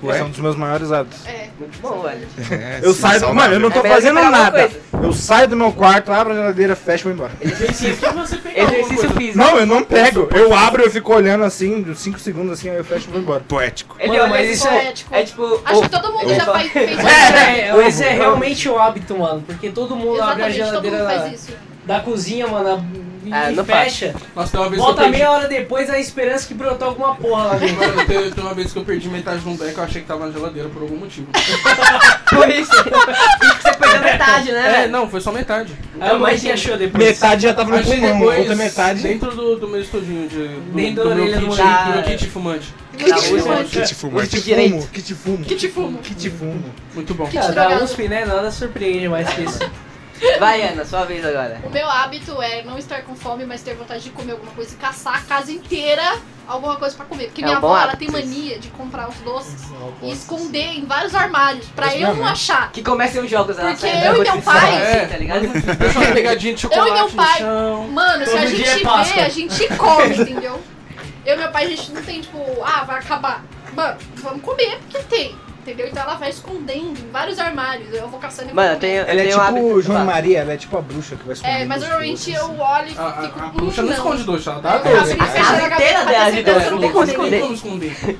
Speaker 10: Esse é um dos meus maiores hábitos.
Speaker 4: É.
Speaker 6: Muito bom, velho.
Speaker 2: É,
Speaker 10: Eu
Speaker 2: sim,
Speaker 10: saio do...
Speaker 2: saudável.
Speaker 10: Mano, eu não tô
Speaker 6: É melhor
Speaker 10: fazendo
Speaker 6: que pegar alguma
Speaker 10: nada. Eu saio do meu quarto, abro a geladeira, fecho e vou embora.
Speaker 5: Exercício que você pega
Speaker 6: Exercício
Speaker 5: alguma coisa.
Speaker 6: físico.
Speaker 10: Não, eu não pego. Eu abro, eu fico olhando assim, 5 segundos assim, aí eu fecho e vou embora.
Speaker 2: Poético.
Speaker 6: Ele
Speaker 3: Mano,
Speaker 6: olha
Speaker 3: mas
Speaker 6: assim,
Speaker 3: isso é-
Speaker 4: Poético.
Speaker 6: É tipo...
Speaker 4: Acho que
Speaker 6: oh,
Speaker 4: todo mundo já faz, fez isso. né?
Speaker 3: É, mas é realmente o hábito, mano. Porque todo mundo abre a
Speaker 4: Exatamente, todo
Speaker 3: geladeira
Speaker 4: mundo
Speaker 3: da,
Speaker 4: faz isso.
Speaker 3: da cozinha, mano, e
Speaker 6: Ah, não
Speaker 3: fecha.
Speaker 5: Nossa, tem uma vez que
Speaker 3: Volta
Speaker 5: eu perdi.
Speaker 3: meia hora depois a esperança que brotou alguma porra lá dentro.
Speaker 5: Mano, tem, tem uma vez que eu perdi metade de um deck, eu achei que tava na geladeira por algum motivo.
Speaker 6: Por isso. Por isso que você perdeu metade, né,
Speaker 5: É,
Speaker 6: velho?
Speaker 5: não, foi só metade.
Speaker 3: Aí o Mike achou depois.
Speaker 10: Metade já tava no
Speaker 5: Achei
Speaker 10: pulmão,
Speaker 5: depois,
Speaker 10: outra metade.
Speaker 5: Dentro do, do meu estudinho de. Do,
Speaker 3: Dentro
Speaker 5: do
Speaker 3: da
Speaker 5: meu
Speaker 3: orelha
Speaker 5: kit,
Speaker 3: do
Speaker 5: do meu
Speaker 6: moleque.
Speaker 5: kit fumante.
Speaker 6: Na
Speaker 5: fumante.
Speaker 6: última.
Speaker 2: Kit fumante.
Speaker 6: Kit direito.
Speaker 10: que te é
Speaker 6: é-
Speaker 10: fumo.
Speaker 4: Que te fumo.
Speaker 10: Que te fumo.
Speaker 5: Muito bom.
Speaker 3: Ah, da
Speaker 4: drogado.
Speaker 3: USP, né? Nada surpreende mais que isso.
Speaker 6: Vai, Ana, sua vez agora.
Speaker 4: O meu hábito é não estar com fome, mas ter vontade de comer alguma coisa e caçar a casa inteira alguma coisa pra comer. Porque
Speaker 6: É
Speaker 4: minha
Speaker 6: um bom
Speaker 4: avó, ela
Speaker 6: hábito
Speaker 4: tem mania de comprar os doces
Speaker 10: gosto
Speaker 4: e esconder em vários armários pra eu não achar.
Speaker 6: Que comecem os jogos, ela
Speaker 4: Porque
Speaker 6: sai-
Speaker 4: eu então e meu pai-
Speaker 6: assim, tá ligado?
Speaker 5: Deixa uma pegadinha de
Speaker 4: Eu
Speaker 5: chocolate
Speaker 4: e meu
Speaker 5: no
Speaker 4: pai.
Speaker 5: chão.
Speaker 4: Mano, se
Speaker 3: Todo
Speaker 4: a
Speaker 3: dia
Speaker 4: gente
Speaker 3: é
Speaker 4: vê,
Speaker 3: Páscoa.
Speaker 4: a gente come, entendeu? Eu e meu pai, a gente não tem, tipo, ah, vai acabar. Mano, vamos comer porque tem. Entendeu? Então ela vai escondendo em vários armários. Eu vou caçando e
Speaker 6: Mano, eu
Speaker 4: comendo.
Speaker 6: tenho, eu
Speaker 10: Ela é
Speaker 6: tenho um
Speaker 10: tipo
Speaker 6: hábito.
Speaker 10: o João e
Speaker 6: Fala.
Speaker 10: Maria, ela é tipo a bruxa que vai esconder.
Speaker 4: É, mas
Speaker 10: doce
Speaker 4: normalmente
Speaker 10: doce,
Speaker 4: eu olho e
Speaker 5: A,
Speaker 4: fico.
Speaker 5: a, a
Speaker 4: hum,
Speaker 5: bruxa não esconde doce, ela tá
Speaker 4: Abre e
Speaker 5: doce.
Speaker 4: fecha
Speaker 6: casa
Speaker 4: na
Speaker 6: inteira
Speaker 4: gaveta,
Speaker 6: dela de
Speaker 4: parece que
Speaker 6: doce,
Speaker 4: eu
Speaker 6: não tem como
Speaker 4: comi.
Speaker 6: esconder.
Speaker 5: Como esconder?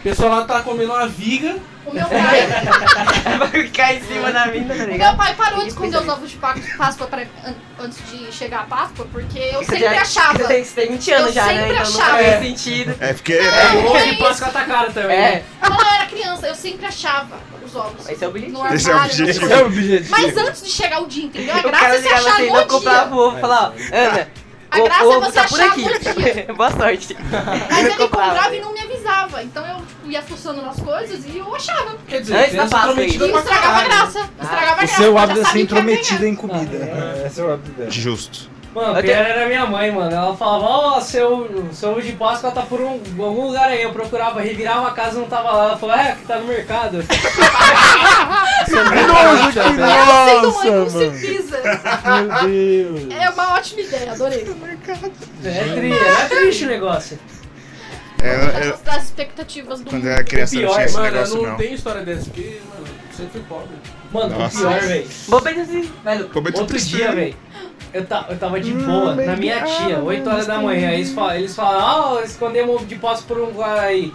Speaker 5: O pessoal lá tá comendo uma viga.
Speaker 4: O meu pai,
Speaker 6: Vai ficar em cima da mina, tá
Speaker 4: o
Speaker 6: ligado?
Speaker 4: meu pai parou de esconder os
Speaker 6: Ninguém
Speaker 4: ovos de Pá- Páscoa pra- an- antes de chegar a Páscoa, porque eu
Speaker 6: Você
Speaker 4: sempre
Speaker 6: já-
Speaker 4: achava.
Speaker 6: Você tem, você tem 20 anos
Speaker 4: Eu
Speaker 6: já, né?
Speaker 4: sempre
Speaker 6: Então não
Speaker 4: achava.
Speaker 6: faz
Speaker 5: É.
Speaker 6: sentido.
Speaker 2: É porque.
Speaker 4: É,
Speaker 3: O ovo
Speaker 4: é
Speaker 3: de Páscoa atacaram também.
Speaker 6: É,
Speaker 3: né?
Speaker 4: Quando eu era criança, eu sempre achava os ovos.
Speaker 6: esse é o objetivo.
Speaker 4: No armário.
Speaker 2: Esse é o objetivo.
Speaker 10: É o objetivo.
Speaker 4: Mas antes de chegar o dia, entendeu? A
Speaker 6: O
Speaker 4: graça
Speaker 6: cara
Speaker 4: é você achar
Speaker 6: assim,
Speaker 4: no
Speaker 6: não
Speaker 4: dia.
Speaker 6: comprava o ovo e falar, ó, Ana,
Speaker 4: A
Speaker 6: o,
Speaker 4: graça
Speaker 6: o
Speaker 4: é
Speaker 6: ovo
Speaker 4: você
Speaker 6: tá por
Speaker 4: achar
Speaker 6: aqui.
Speaker 4: por dia.
Speaker 6: Boa sorte.
Speaker 4: Mas ele
Speaker 6: comprava.
Speaker 4: comprava e não me avisava. Então eu tipo, ia fuçando nas coisas e eu achava.
Speaker 5: Quer dizer,
Speaker 6: Antes
Speaker 5: criança
Speaker 6: da Páscoa
Speaker 4: E
Speaker 5: intrometida pra
Speaker 4: estragava a
Speaker 5: caralho.
Speaker 4: graça.
Speaker 6: Ah.
Speaker 4: Estragava a
Speaker 10: O
Speaker 4: graça.
Speaker 10: seu
Speaker 4: eu
Speaker 10: hábito é
Speaker 4: já sabia que
Speaker 10: ser
Speaker 4: ia
Speaker 10: intrometida
Speaker 4: ganhar.
Speaker 10: em comida. É, Esse é o hábito dela.
Speaker 2: Justo.
Speaker 3: Mano,
Speaker 6: Eu
Speaker 3: pior
Speaker 6: tenho-
Speaker 3: era minha mãe, mano. Ela falava, ó, seu, seu ovo de Páscoa tá por um, algum lugar aí. Eu procurava, revirava a casa não tava lá. Ela falou, é, que tá no mercado.
Speaker 10: Nossa, que
Speaker 4: Eu sei do mãe com
Speaker 10: nossa, mano.
Speaker 4: certeza.
Speaker 10: Meu Deus.
Speaker 4: É uma ótima ideia, adorei.
Speaker 3: É triste, é triste o negócio.
Speaker 2: É, é-
Speaker 4: As expectativas do
Speaker 2: quando é-
Speaker 4: mundo.
Speaker 2: eu era criança não
Speaker 3: Pior,
Speaker 2: tinha esse
Speaker 5: Mano, eu
Speaker 2: negócio,
Speaker 5: não
Speaker 2: não.
Speaker 5: tenho história dessa, porque, mano, eu sempre fui pobre.
Speaker 3: Mano,
Speaker 2: Nossa. tipo
Speaker 3: o pior, velho.
Speaker 6: Vou pensar assim, velho.
Speaker 2: Momento
Speaker 3: Outro
Speaker 2: triste.
Speaker 3: dia, velho, eu, ta- eu tava de boa na minha tia, 8 horas da manhã. aí Eles falam, eles falam, ó, escondemos ovo de Páscoa por um lugar aí.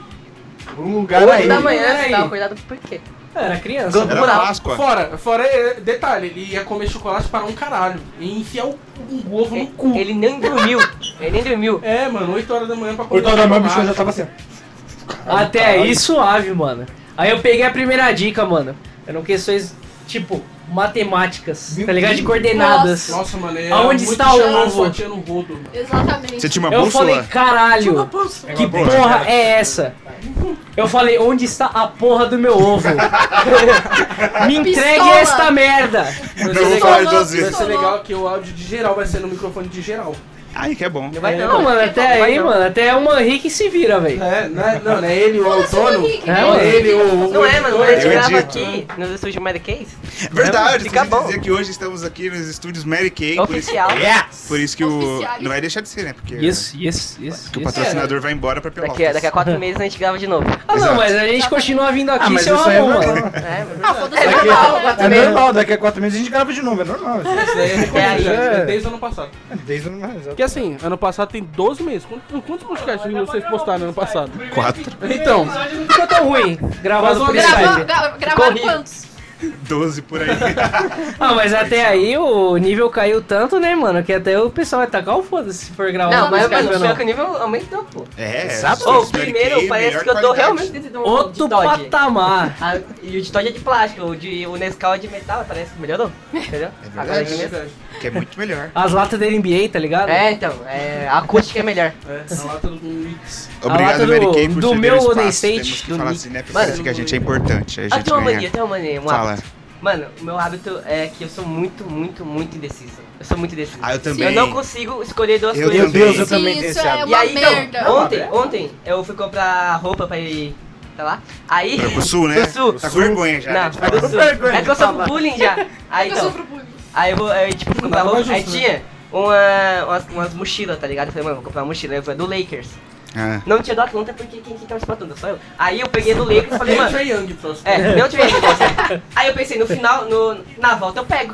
Speaker 10: Um lugar
Speaker 6: Oito
Speaker 10: aí.
Speaker 6: da manhã,
Speaker 3: Aí.
Speaker 6: você tava cuidado por quê?
Speaker 3: Eu era criança.
Speaker 6: Era
Speaker 2: Era
Speaker 6: Moral.
Speaker 2: Páscoa.
Speaker 5: Fora, fora, é, detalhe, ele ia comer chocolate para um caralho. E enfiar o, um ovo no cu.
Speaker 6: É, Ele nem dormiu. Ele nem dormiu.
Speaker 5: É, mano, 8 horas da manhã pra comer.
Speaker 10: 8 horas da manhã o bicho
Speaker 5: chocolate.
Speaker 10: já tava assim.
Speaker 3: Até
Speaker 6: Tá.
Speaker 3: aí suave, mano. Aí eu peguei a primeira dica, mano. Eram questões, tipo, matemáticas, tá ligado? De
Speaker 10: tá-
Speaker 3: coordenadas.
Speaker 5: Nossa, mano, é
Speaker 3: Aonde
Speaker 5: muito
Speaker 3: está o
Speaker 5: chamar
Speaker 3: ovo?
Speaker 5: sua tia no rodo. mano.
Speaker 4: Exatamente.
Speaker 2: Você tinha uma
Speaker 3: Eu
Speaker 2: bússola?
Speaker 3: falei, caralho, que porra é essa? Eu falei, onde está a porra do meu ovo? Me entregue
Speaker 4: Pistola.
Speaker 3: esta merda!
Speaker 5: Vai
Speaker 2: Não
Speaker 5: ser
Speaker 2: vou
Speaker 5: legal-
Speaker 2: falar duas
Speaker 5: Vai
Speaker 2: vezes.
Speaker 5: ser legal que o áudio de geral vai ser no microfone de geral.
Speaker 2: Ai, que é bom.
Speaker 6: Não vai
Speaker 3: É,
Speaker 6: não.
Speaker 3: não, mano, até
Speaker 6: Não vai
Speaker 3: aí,
Speaker 6: não.
Speaker 3: mano, até o Manrique se vira, velho.
Speaker 5: É, não é, não, não é ele, o
Speaker 4: Foda-se,
Speaker 5: dono.
Speaker 4: Henrique,
Speaker 3: É,
Speaker 4: né?
Speaker 5: Ele, o. o
Speaker 6: Não é,
Speaker 5: editor.
Speaker 6: mano, quando a gente
Speaker 2: Eu
Speaker 6: grava
Speaker 2: edito.
Speaker 6: aqui nos estúdios Mad Case,
Speaker 2: Verdade,
Speaker 6: Fica
Speaker 2: Fica
Speaker 6: bom.
Speaker 2: dizer que hoje estamos aqui nos estúdios Mary Kay. por isso-
Speaker 6: oficial,
Speaker 2: Por isso que o.
Speaker 4: Oficiais.
Speaker 2: Não vai deixar de ser, né? Porque
Speaker 3: Isso, isso, isso.
Speaker 2: que o
Speaker 3: isso.
Speaker 2: patrocinador vai embora pra Pelotas.
Speaker 6: daqui, daqui a quatro meses a gente grava de novo.
Speaker 3: Ah, não,
Speaker 2: Exato.
Speaker 3: mas a gente continua vindo aqui,
Speaker 10: mas
Speaker 3: seu
Speaker 10: isso aí é
Speaker 3: Ramon,
Speaker 10: normal.
Speaker 3: mano.
Speaker 6: É, mano.
Speaker 4: Ah, foda-se,
Speaker 6: É
Speaker 4: é
Speaker 6: normal,
Speaker 4: normal, né?
Speaker 10: É normal, daqui a 4 meses a gente grava de novo, é normal.
Speaker 5: Isso daí é recorrente,
Speaker 10: É,
Speaker 5: já,
Speaker 10: é.
Speaker 5: desde o ano passado.
Speaker 10: Desde o normal, exato.
Speaker 5: Porque assim, ano passado tem 12 meses. Quantos, quantos podcasts vocês postaram ano passado?
Speaker 2: Quatro,
Speaker 5: Então,
Speaker 3: Não ficou tão ruim gravado
Speaker 5: Mas
Speaker 3: por
Speaker 5: vamos
Speaker 4: Grava-
Speaker 3: Skype.
Speaker 4: gra- Gravaram
Speaker 6: Corri.
Speaker 4: quantos?
Speaker 2: doze por aí.
Speaker 3: Ah, mas até aí o nível caiu tanto, né, mano, que até o pessoal vai tacar o foda-se se for gravar né,
Speaker 6: Não,
Speaker 3: por
Speaker 6: mas,
Speaker 3: Skype
Speaker 6: mano,
Speaker 3: ou
Speaker 6: pior que o nível aumentou, pô.
Speaker 2: É,
Speaker 3: Sabe?
Speaker 6: Ô,
Speaker 2: estúdios
Speaker 6: o
Speaker 2: Mary
Speaker 6: primeiro
Speaker 2: Kay,
Speaker 6: parece
Speaker 2: é melhor
Speaker 6: que eu tô
Speaker 2: qualidade.
Speaker 6: realmente dentro de um
Speaker 3: Outro
Speaker 6: de Dodge.
Speaker 3: patamar.
Speaker 6: Ah, e o de Dodge é de plástico, o, de, o Nescau é de metal, parece que melhorou, entendeu?
Speaker 2: verdade.
Speaker 6: Agora é de metal.
Speaker 2: Que é muito melhor.
Speaker 3: As latas da NBA, tá ligado?
Speaker 6: É, então, é, a acústica é melhor.
Speaker 5: é, a lata do Mix.
Speaker 3: lata
Speaker 2: Obrigado,
Speaker 3: do-
Speaker 2: Mary Kay, por
Speaker 3: do
Speaker 2: ceder
Speaker 3: meu
Speaker 2: o espaço.
Speaker 3: Golden State,
Speaker 2: Temos que
Speaker 6: do
Speaker 2: falar
Speaker 6: Knicks.
Speaker 2: assim, né? pra
Speaker 6: Mano,
Speaker 2: dizer que a gente é importante. A
Speaker 6: Ah,
Speaker 2: gente
Speaker 6: tem uma mania,
Speaker 2: ganha.
Speaker 6: tem uma mania, um
Speaker 2: Fala.
Speaker 6: hábito. Mano, o meu hábito é que eu sou muito, muito, muito indeciso. Eu sou muito indeciso.
Speaker 2: Ah, eu também.
Speaker 6: Eu não consigo escolher duas
Speaker 2: Eu
Speaker 6: coisas.
Speaker 10: Meu Deus, eu
Speaker 4: Sim,
Speaker 10: também tenho
Speaker 4: isso
Speaker 10: esse
Speaker 4: é
Speaker 10: hábito.
Speaker 6: E
Speaker 4: uma
Speaker 6: aí,
Speaker 4: merda.
Speaker 6: então, ontem, ontem, eu fui comprar roupa pra ir, tá lá? Aí...
Speaker 2: Pra pro sul, né?
Speaker 6: Pro sul.
Speaker 2: Tá com vergonha já.
Speaker 6: Não,
Speaker 2: né?
Speaker 6: é do sul. É que eu sofro bullying já. Aí,
Speaker 4: Eu
Speaker 6: então,
Speaker 4: sofro bullying.
Speaker 6: Aí eu vou, aí, tipo, fui
Speaker 4: um
Speaker 6: comprar
Speaker 4: é
Speaker 5: Nada
Speaker 6: roupa,
Speaker 5: mais
Speaker 6: aí
Speaker 5: justo, né?
Speaker 6: tinha uma, umas, umas mochilas, tá ligado? Eu falei, mano, vou comprar uma mochila, eu falei, do Lakers.
Speaker 2: Ah.
Speaker 6: Não tinha do Atlanta porque quem, quem tava se matando, só eu. Aí eu peguei do Lakers e
Speaker 5: Falei,
Speaker 6: falei, mano,
Speaker 5: Trey Young trouxe.
Speaker 6: é, não tive resposta. Aí eu pensei, no final, no, na volta eu pego.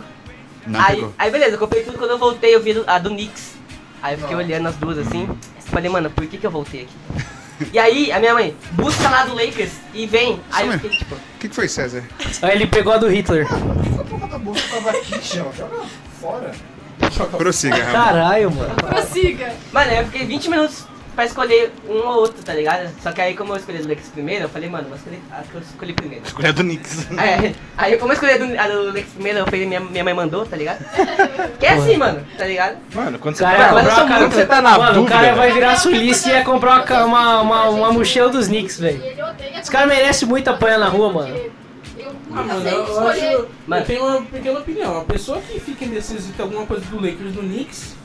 Speaker 2: Não
Speaker 6: aí,
Speaker 2: pegou.
Speaker 6: aí beleza, eu comprei tudo, quando eu voltei eu vi a do Knicks. Aí eu fiquei olhando as duas assim, falei, mano, por que que eu voltei aqui? E aí, a minha mãe, busca lá do Lakers e vem. Aí eu
Speaker 2: mesmo.
Speaker 6: fiquei, tipo,
Speaker 2: O que, que foi, César?
Speaker 3: Aí ele pegou a do Hitler.
Speaker 10: Essa porra um da bolsa tava aqui, Chão. Joga fora.
Speaker 2: Prossiga, Ramon.
Speaker 3: Caralho, mano.
Speaker 4: Prossiga.
Speaker 6: Mano, eu fiquei 20 minutos pra escolher um ou outro, tá ligado? Só que aí como eu escolhi a do Lex primeiro, eu falei, mano, vou escolher a que eu escolhi primeiro.
Speaker 10: Escolha do Nix.
Speaker 6: É, aí como eu escolhi a do, a do Lex primeiro, eu falei, minha, minha mãe mandou, tá ligado? Que é assim, mano, tá ligado?
Speaker 10: Mano, quando você
Speaker 3: Cara,
Speaker 10: tá
Speaker 6: Não, mas eu
Speaker 3: comprar
Speaker 6: sou
Speaker 3: uma cara-
Speaker 6: muito-
Speaker 10: você tá na
Speaker 3: mano, o cara
Speaker 10: dúvida,
Speaker 3: vai
Speaker 4: velho.
Speaker 3: virar sulista e ia comprar uma, ca- uma, uma, uma mochila dos Knicks, velho.
Speaker 4: Ele odeia
Speaker 3: Os caras merecem muito apanhar na rua, mano.
Speaker 4: Eu
Speaker 5: Ah,
Speaker 4: nunca
Speaker 5: mano,
Speaker 4: sei
Speaker 5: eu, eu acho.
Speaker 4: escolher.
Speaker 6: Mano.
Speaker 5: Eu tenho uma pequena opinião. A pessoa que fica indecisa entre alguma coisa do Lakers e do Knicks.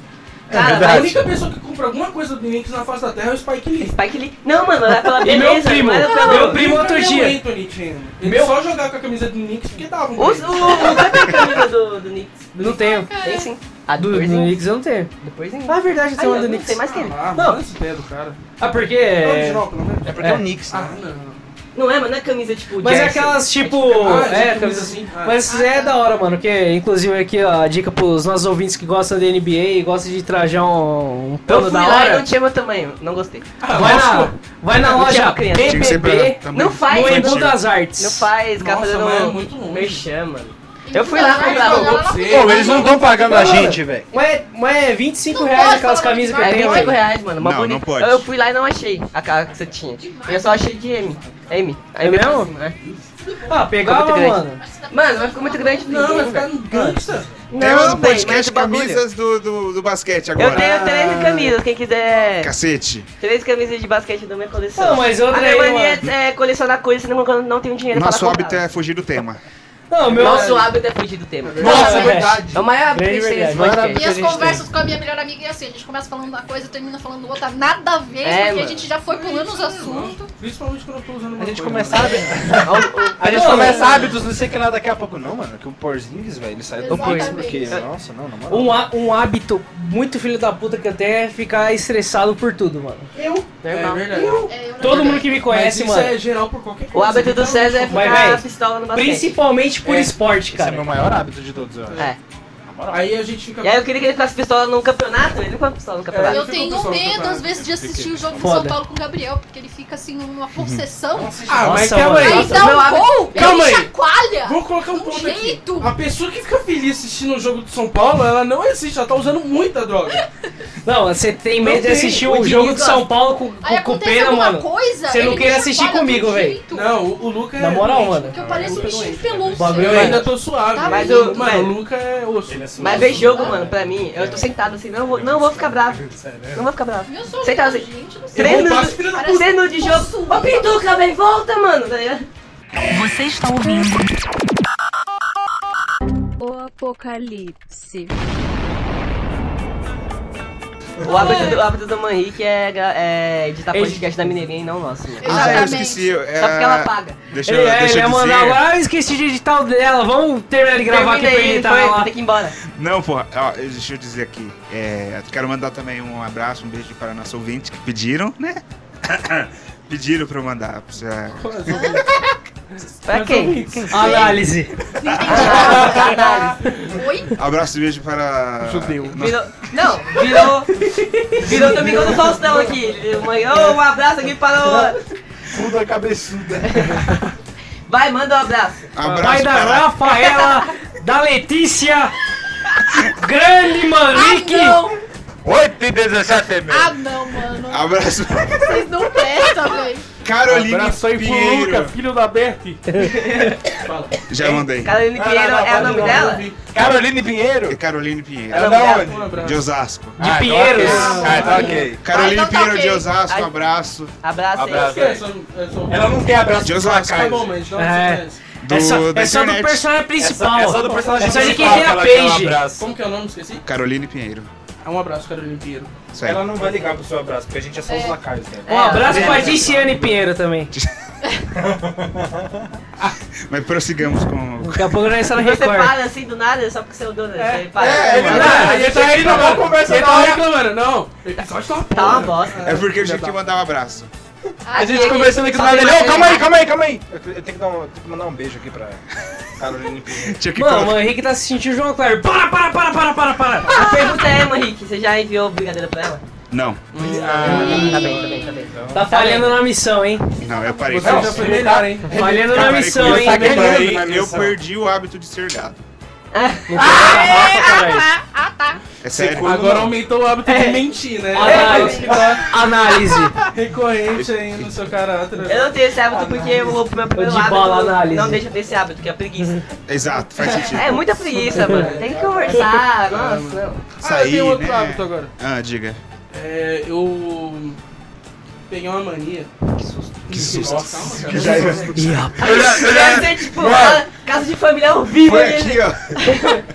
Speaker 6: Cara,
Speaker 5: a
Speaker 10: verdade.
Speaker 5: única pessoa que compra alguma coisa do Knicks na face da terra é o Spike Lee.
Speaker 6: Spike Lee. Não, mano, era pela
Speaker 3: E meu
Speaker 6: beleza,
Speaker 3: primo,
Speaker 6: não era pelo.
Speaker 3: meu primo outro
Speaker 5: Ele é o
Speaker 3: dia.
Speaker 5: Anthony, tinha. Ele
Speaker 3: Meu-
Speaker 5: só jogava com a camisa do Knicks porque dava um
Speaker 6: O, o,
Speaker 5: prêmio.
Speaker 6: o qual que é a camisa do, do Knicks?
Speaker 3: Não tenho.
Speaker 6: Tem sim. A
Speaker 3: Do,
Speaker 6: do
Speaker 3: do
Speaker 6: Knicks.
Speaker 3: Knicks eu não tenho.
Speaker 6: Ah, Depois em.
Speaker 3: Ah, é verdade, eu
Speaker 6: Aí,
Speaker 3: tenho uma
Speaker 6: eu
Speaker 3: do
Speaker 6: não sei
Speaker 3: Knicks.
Speaker 6: mais quem. é.
Speaker 5: Ah,
Speaker 3: Não.
Speaker 5: não. pé do cara.
Speaker 3: Ah, porque...
Speaker 5: É original, pelo menos.
Speaker 10: É porque
Speaker 3: É.
Speaker 10: é o Nix,
Speaker 5: Ah,
Speaker 10: né?
Speaker 5: não.
Speaker 6: Não é, mano, não é camisa tipo
Speaker 3: Mas é
Speaker 6: Gerson.
Speaker 3: aquelas tipo.
Speaker 5: Ah, de
Speaker 3: é,
Speaker 5: camisa
Speaker 3: camisas
Speaker 5: assim.
Speaker 3: assim.
Speaker 5: Ah.
Speaker 3: Mas é da hora, mano. Que inclusive aqui ó, a dica pros nossos ouvintes que gostam de NBA e gostam de trajar um, um
Speaker 6: Eu
Speaker 3: pano
Speaker 6: fui
Speaker 3: da
Speaker 6: lá e
Speaker 3: hora.
Speaker 6: não tinha meu tamanho, não gostei.
Speaker 3: Ah, Vai na, vai na
Speaker 6: Não
Speaker 3: loja
Speaker 6: tinha criança.
Speaker 2: Tinha que ser
Speaker 3: PPB
Speaker 2: pra-
Speaker 6: Não faz,
Speaker 3: no
Speaker 2: Foi
Speaker 3: Embu
Speaker 2: antigo.
Speaker 3: das Artes.
Speaker 6: Não faz, cara
Speaker 5: Nossa,
Speaker 6: fazendo um
Speaker 5: mas é muito longe.
Speaker 6: merchan, mano. Eu fui
Speaker 4: Ah,
Speaker 6: lá comprar
Speaker 4: Não,
Speaker 6: roupa.
Speaker 4: não, não.
Speaker 10: Pô, eles não estão pagando a
Speaker 3: Não,
Speaker 10: gente, velho.
Speaker 3: Mas é, mas é 25
Speaker 4: Não
Speaker 3: reais
Speaker 4: pode
Speaker 3: aquelas
Speaker 4: falar
Speaker 3: camisas que eu
Speaker 4: demais,
Speaker 6: É
Speaker 3: tenho.
Speaker 6: 25
Speaker 3: velho.
Speaker 6: reais, mano. Uma
Speaker 2: Não,
Speaker 6: bonita.
Speaker 2: não pode.
Speaker 6: Eu fui lá e não achei a cara que você tinha. Eu só achei de M. M. A M
Speaker 3: É mesmo?
Speaker 6: pra cima, é.
Speaker 3: Ah, pegava,
Speaker 6: Ficou muito grande.
Speaker 3: mano.
Speaker 6: Mano, mas ficou muito grande pra
Speaker 5: Não, um
Speaker 6: ninguém,
Speaker 5: vai ficar
Speaker 6: velho.
Speaker 5: no gangsta.
Speaker 2: É
Speaker 6: Não,
Speaker 2: o
Speaker 6: velho, mas
Speaker 2: podcast
Speaker 6: o bagulho-
Speaker 2: camisas do, do, do basquete agora.
Speaker 6: Eu tenho 13 camisas, quem quiser.
Speaker 2: Cacete.
Speaker 6: Três camisas de basquete da minha coleção.
Speaker 3: Não, mas outra
Speaker 6: A minha
Speaker 3: aí,
Speaker 6: mania é colecionar coisas, senão eu não tenho dinheiro
Speaker 2: Nosso
Speaker 6: pra comprar.
Speaker 2: hábito é fugir do tema.
Speaker 3: Não, meu.
Speaker 6: Nosso hábito é fugir do tema.
Speaker 3: Nossa,
Speaker 5: é verdade.
Speaker 6: É o maior hábito que a
Speaker 3: Grande
Speaker 6: gente tem nesse
Speaker 3: verdade.
Speaker 4: E as
Speaker 6: podcast.
Speaker 3: que a gente
Speaker 4: conversas com a minha melhor amiga é assim, a gente começa falando uma coisa, termina falando outra, nada a ver,
Speaker 6: É,
Speaker 4: porque
Speaker 6: mano.
Speaker 4: a gente já foi pulando os assuntos.
Speaker 5: Principalmente quando eu tô usando
Speaker 10: A
Speaker 5: uma
Speaker 10: gente
Speaker 5: coisa, né?
Speaker 10: começa
Speaker 5: mano.
Speaker 10: A gente
Speaker 3: Não,
Speaker 10: começa
Speaker 3: mas-
Speaker 10: hábitos, não sei o que lá daqui a pouco. Não, mano, que o Porzingis, velho, ele saiu do país
Speaker 4: Exatamente.
Speaker 10: porque. Nossa, não, na moral.
Speaker 3: Um, há- um hábito muito filho da puta que eu tenho é ficar estressado por tudo, mano.
Speaker 5: É
Speaker 6: Normal.
Speaker 5: verdade.
Speaker 4: É, eu não-
Speaker 3: Todo mundo que me
Speaker 5: Mas
Speaker 3: conhece,
Speaker 5: isso
Speaker 3: mano.
Speaker 5: é geral por qualquer
Speaker 6: O
Speaker 5: coisa.
Speaker 6: hábito do César é
Speaker 3: Mas,
Speaker 6: ficar
Speaker 3: véi,
Speaker 6: pistola no basquete.
Speaker 3: Principalmente por
Speaker 5: É.
Speaker 3: esporte,
Speaker 10: Esse é
Speaker 3: cara.
Speaker 10: meu maior hábito de todos, eu acho.
Speaker 6: É.
Speaker 5: Aí a gente fica...
Speaker 6: E aí eu queria que ele ficasse pistola no campeonato, ele não fica pistola no campeonato.
Speaker 4: Eu
Speaker 5: Fica
Speaker 4: tenho
Speaker 5: com o
Speaker 4: medo,
Speaker 5: campeonato.
Speaker 4: às vezes, de assistir o jogo do
Speaker 3: Foda.
Speaker 4: São Paulo com o Gabriel, porque ele fica assim numa possessão.
Speaker 5: Ah, mas
Speaker 3: Nossa,
Speaker 5: calma
Speaker 3: mano.
Speaker 4: Aí
Speaker 5: aí.
Speaker 6: Nossa,
Speaker 4: dá
Speaker 6: meu
Speaker 4: um
Speaker 6: hábito-
Speaker 4: gol,
Speaker 5: Calma aí.
Speaker 4: ele chacoalha.
Speaker 5: Vou colocar um
Speaker 4: Um
Speaker 5: ponto
Speaker 4: jeito.
Speaker 5: aqui. A pessoa que fica feliz assistindo o jogo do São Paulo, ela não existe, ela tá usando muita droga.
Speaker 3: Não, você tem medo de
Speaker 5: tenho.
Speaker 3: assistir
Speaker 5: O
Speaker 3: o
Speaker 5: Diniz
Speaker 3: jogo do
Speaker 5: gosta.
Speaker 3: São Paulo com,
Speaker 4: Aí
Speaker 3: com, com
Speaker 4: acontece
Speaker 3: pena,
Speaker 4: alguma
Speaker 3: mano.
Speaker 4: coisa. né?
Speaker 3: Você não
Speaker 4: ele
Speaker 3: queira
Speaker 4: me
Speaker 3: assistir
Speaker 4: chacoalha do
Speaker 3: comigo, véi.
Speaker 4: jeito.
Speaker 5: Não, o, o Luca
Speaker 3: Na
Speaker 5: é
Speaker 3: moral,
Speaker 5: doente.
Speaker 3: mano.
Speaker 4: Que eu pareço um bichinho de
Speaker 3: O bagulho
Speaker 4: pelúcia.
Speaker 5: Eu
Speaker 3: Mano.
Speaker 5: ainda tô suave,
Speaker 4: Tá
Speaker 5: mas
Speaker 6: bem.
Speaker 5: o, mano, o Luca é osso.
Speaker 6: Mas ver jogo, mano, pra mim, eu tô sentado assim, não vou, não vou ficar bravo. Não vou ficar bravo.
Speaker 4: Meu sonho,
Speaker 6: Senta assim.
Speaker 4: gente do céu.
Speaker 6: Três
Speaker 5: roubar
Speaker 6: minutos,
Speaker 5: esse um filho da
Speaker 6: três minutos de jogo. Ô Pinduca, velho, volta, mano. tá ligado?
Speaker 7: Você está ouvindo?
Speaker 8: O apocalipse.
Speaker 6: O hábito do, o hábito do Manrique é, gra- é editar
Speaker 3: Ele-
Speaker 6: podcast da Mineirinha e não nosso. Mano.
Speaker 2: Ah, eu
Speaker 4: Exatamente.
Speaker 2: esqueci. é,
Speaker 6: Só porque ela paga.
Speaker 2: Deixa
Speaker 3: Ele,
Speaker 2: eu,
Speaker 3: é,
Speaker 2: deixa
Speaker 3: ele
Speaker 2: eu dizer.
Speaker 3: ia mandar agora, ah, eu esqueci de editar o dela, vamos terminar de gravar aqui pra
Speaker 6: Termina aí,
Speaker 3: editar
Speaker 6: depois
Speaker 3: lá.
Speaker 6: Tem que ir embora.
Speaker 2: Não, porra, ó, deixa eu dizer aqui. É, quero mandar também um abraço, um beijo para nosso ouvinte que pediram, né? pediram pra eu mandar. É, pra-
Speaker 6: Pra quem? Ah, tá,
Speaker 3: Análise.
Speaker 4: Oi?
Speaker 2: Abraço e beijo para.
Speaker 5: Judeu.
Speaker 2: Nossa,
Speaker 6: Virou, não, virou. Virou Domingão do Faustão aqui. Mãe, ô, um abraço aqui para o.
Speaker 10: Tudo a cabeçuda.
Speaker 6: Vai, manda um abraço.
Speaker 3: Pai
Speaker 2: abraço
Speaker 3: da
Speaker 2: para.
Speaker 3: Rafaela, da Letícia, grande Manrique.
Speaker 4: Ah, não.
Speaker 10: 8 e 17 mil.
Speaker 4: Ah, não, mano.
Speaker 2: Abraço para
Speaker 4: Vocês não prestam, velho.
Speaker 2: Caroline Pinheiro.
Speaker 5: filho da Berti.
Speaker 2: Já mandei.
Speaker 6: Carolina Pinheiro é o nome dela?
Speaker 10: Caroline Pinheiro?
Speaker 2: É Caroline Pinheiro.
Speaker 10: Ela
Speaker 6: não,
Speaker 10: da
Speaker 5: Um
Speaker 10: onde?
Speaker 2: De
Speaker 5: abraço.
Speaker 2: Osasco.
Speaker 10: É. De
Speaker 3: Pinheiros.
Speaker 10: então
Speaker 2: é
Speaker 10: Ah, tá ok.
Speaker 2: Caroline
Speaker 4: Ah, então tá
Speaker 2: Pinheiro de
Speaker 4: ok.
Speaker 2: Osasco,
Speaker 6: Ai.
Speaker 2: abraço.
Speaker 6: Abraço aí.
Speaker 10: Abraço.
Speaker 5: É, só- é só-
Speaker 10: Ela não quer abraço
Speaker 2: De
Speaker 10: de
Speaker 2: Osasco.
Speaker 5: Tá bom, mas não
Speaker 3: É.
Speaker 5: se conhece.
Speaker 2: Do,
Speaker 3: essa
Speaker 2: da
Speaker 3: essa é do
Speaker 2: internet.
Speaker 3: personagem principal.
Speaker 10: Essa é do personagem
Speaker 3: Essa é de quem
Speaker 10: principal
Speaker 3: tem a
Speaker 10: que ela quer um
Speaker 3: page.
Speaker 10: abraço.
Speaker 5: Como que é o nome? Esqueci?
Speaker 2: Caroline Pinheiro.
Speaker 5: É um abraço, Carolina Pinheiro.
Speaker 2: Isso aí.
Speaker 10: Ela não vai ligar pro seu abraço, porque a gente é só os lacaios, velho.
Speaker 6: É,
Speaker 3: Um abraço
Speaker 6: é.
Speaker 3: pra Diciane Pinheiro também.
Speaker 2: Mas prossigamos com.
Speaker 3: Daqui a pouco nós estamos no
Speaker 6: Você
Speaker 3: Record. Ah,
Speaker 6: para assim do nada só porque você é o dono. Você
Speaker 10: É, ele
Speaker 6: para.
Speaker 10: não, ele tá indo na conversa
Speaker 5: Ele
Speaker 10: da
Speaker 5: tava
Speaker 10: hora.
Speaker 5: reclamando, não. O episódio tá uma
Speaker 6: Tá uma
Speaker 5: porra.
Speaker 6: bosta.
Speaker 2: É porque eu tinha que mandar um abraço.
Speaker 10: A gente conversando aqui do lado
Speaker 6: É.
Speaker 10: dele. Ô, calma aí, calma aí, calma aí. Eu te- eu tenho que, dar um, eu tenho que mandar um beijo aqui pra Caroline Pinheiro.
Speaker 2: Tinha que
Speaker 3: Mano, o
Speaker 2: colocar-
Speaker 3: Manrique tá assistindo o João Claro. Para, para, para, para, para, para.
Speaker 6: A pergunta é, Henrique, você já enviou brigadeiro pra ela?
Speaker 2: Não,
Speaker 6: Hum, tá bem, tá bem, tá bem.
Speaker 3: Tá falhando na missão, hein?
Speaker 2: não, eu parei.
Speaker 5: Você já foi melhor, hein?
Speaker 3: Falhando na
Speaker 2: Eu parei com
Speaker 3: missão,
Speaker 2: isso.
Speaker 3: hein? Tá
Speaker 2: Eu
Speaker 10: Sacanagem.
Speaker 2: parei,
Speaker 10: na
Speaker 2: Eu
Speaker 10: missão.
Speaker 2: perdi o hábito de ser gado.
Speaker 6: é,
Speaker 3: Caralho.
Speaker 4: Ah, tá.
Speaker 2: É sério.
Speaker 5: Agora aumentou o hábito de mentir, né?
Speaker 3: Ah,
Speaker 5: É isso que tá
Speaker 3: Análise.
Speaker 5: recorrente aí no seu caráter.
Speaker 2: É.
Speaker 6: Eu não tenho esse hábito
Speaker 10: Ah,
Speaker 6: porque eu vou pro meu primeiro
Speaker 3: de bola,
Speaker 6: lado.
Speaker 3: análise.
Speaker 6: Não deixa eu ter esse hábito, que é preguiça.
Speaker 2: Exato, faz sentido.
Speaker 6: É muita preguiça, mano. Tem que conversar, nossa. não.
Speaker 5: Ah, eu
Speaker 2: Sair,
Speaker 5: tenho outro
Speaker 2: né?
Speaker 5: hábito agora.
Speaker 2: Ah, diga.
Speaker 5: É, eu peguei uma mania.
Speaker 2: Que susto.
Speaker 5: Nossa, calma, cara.
Speaker 10: é
Speaker 3: Ih, rapaz.
Speaker 6: Deve ser tipo uma casa de família ao vivo.
Speaker 2: Foi
Speaker 6: né?
Speaker 2: aqui, ó.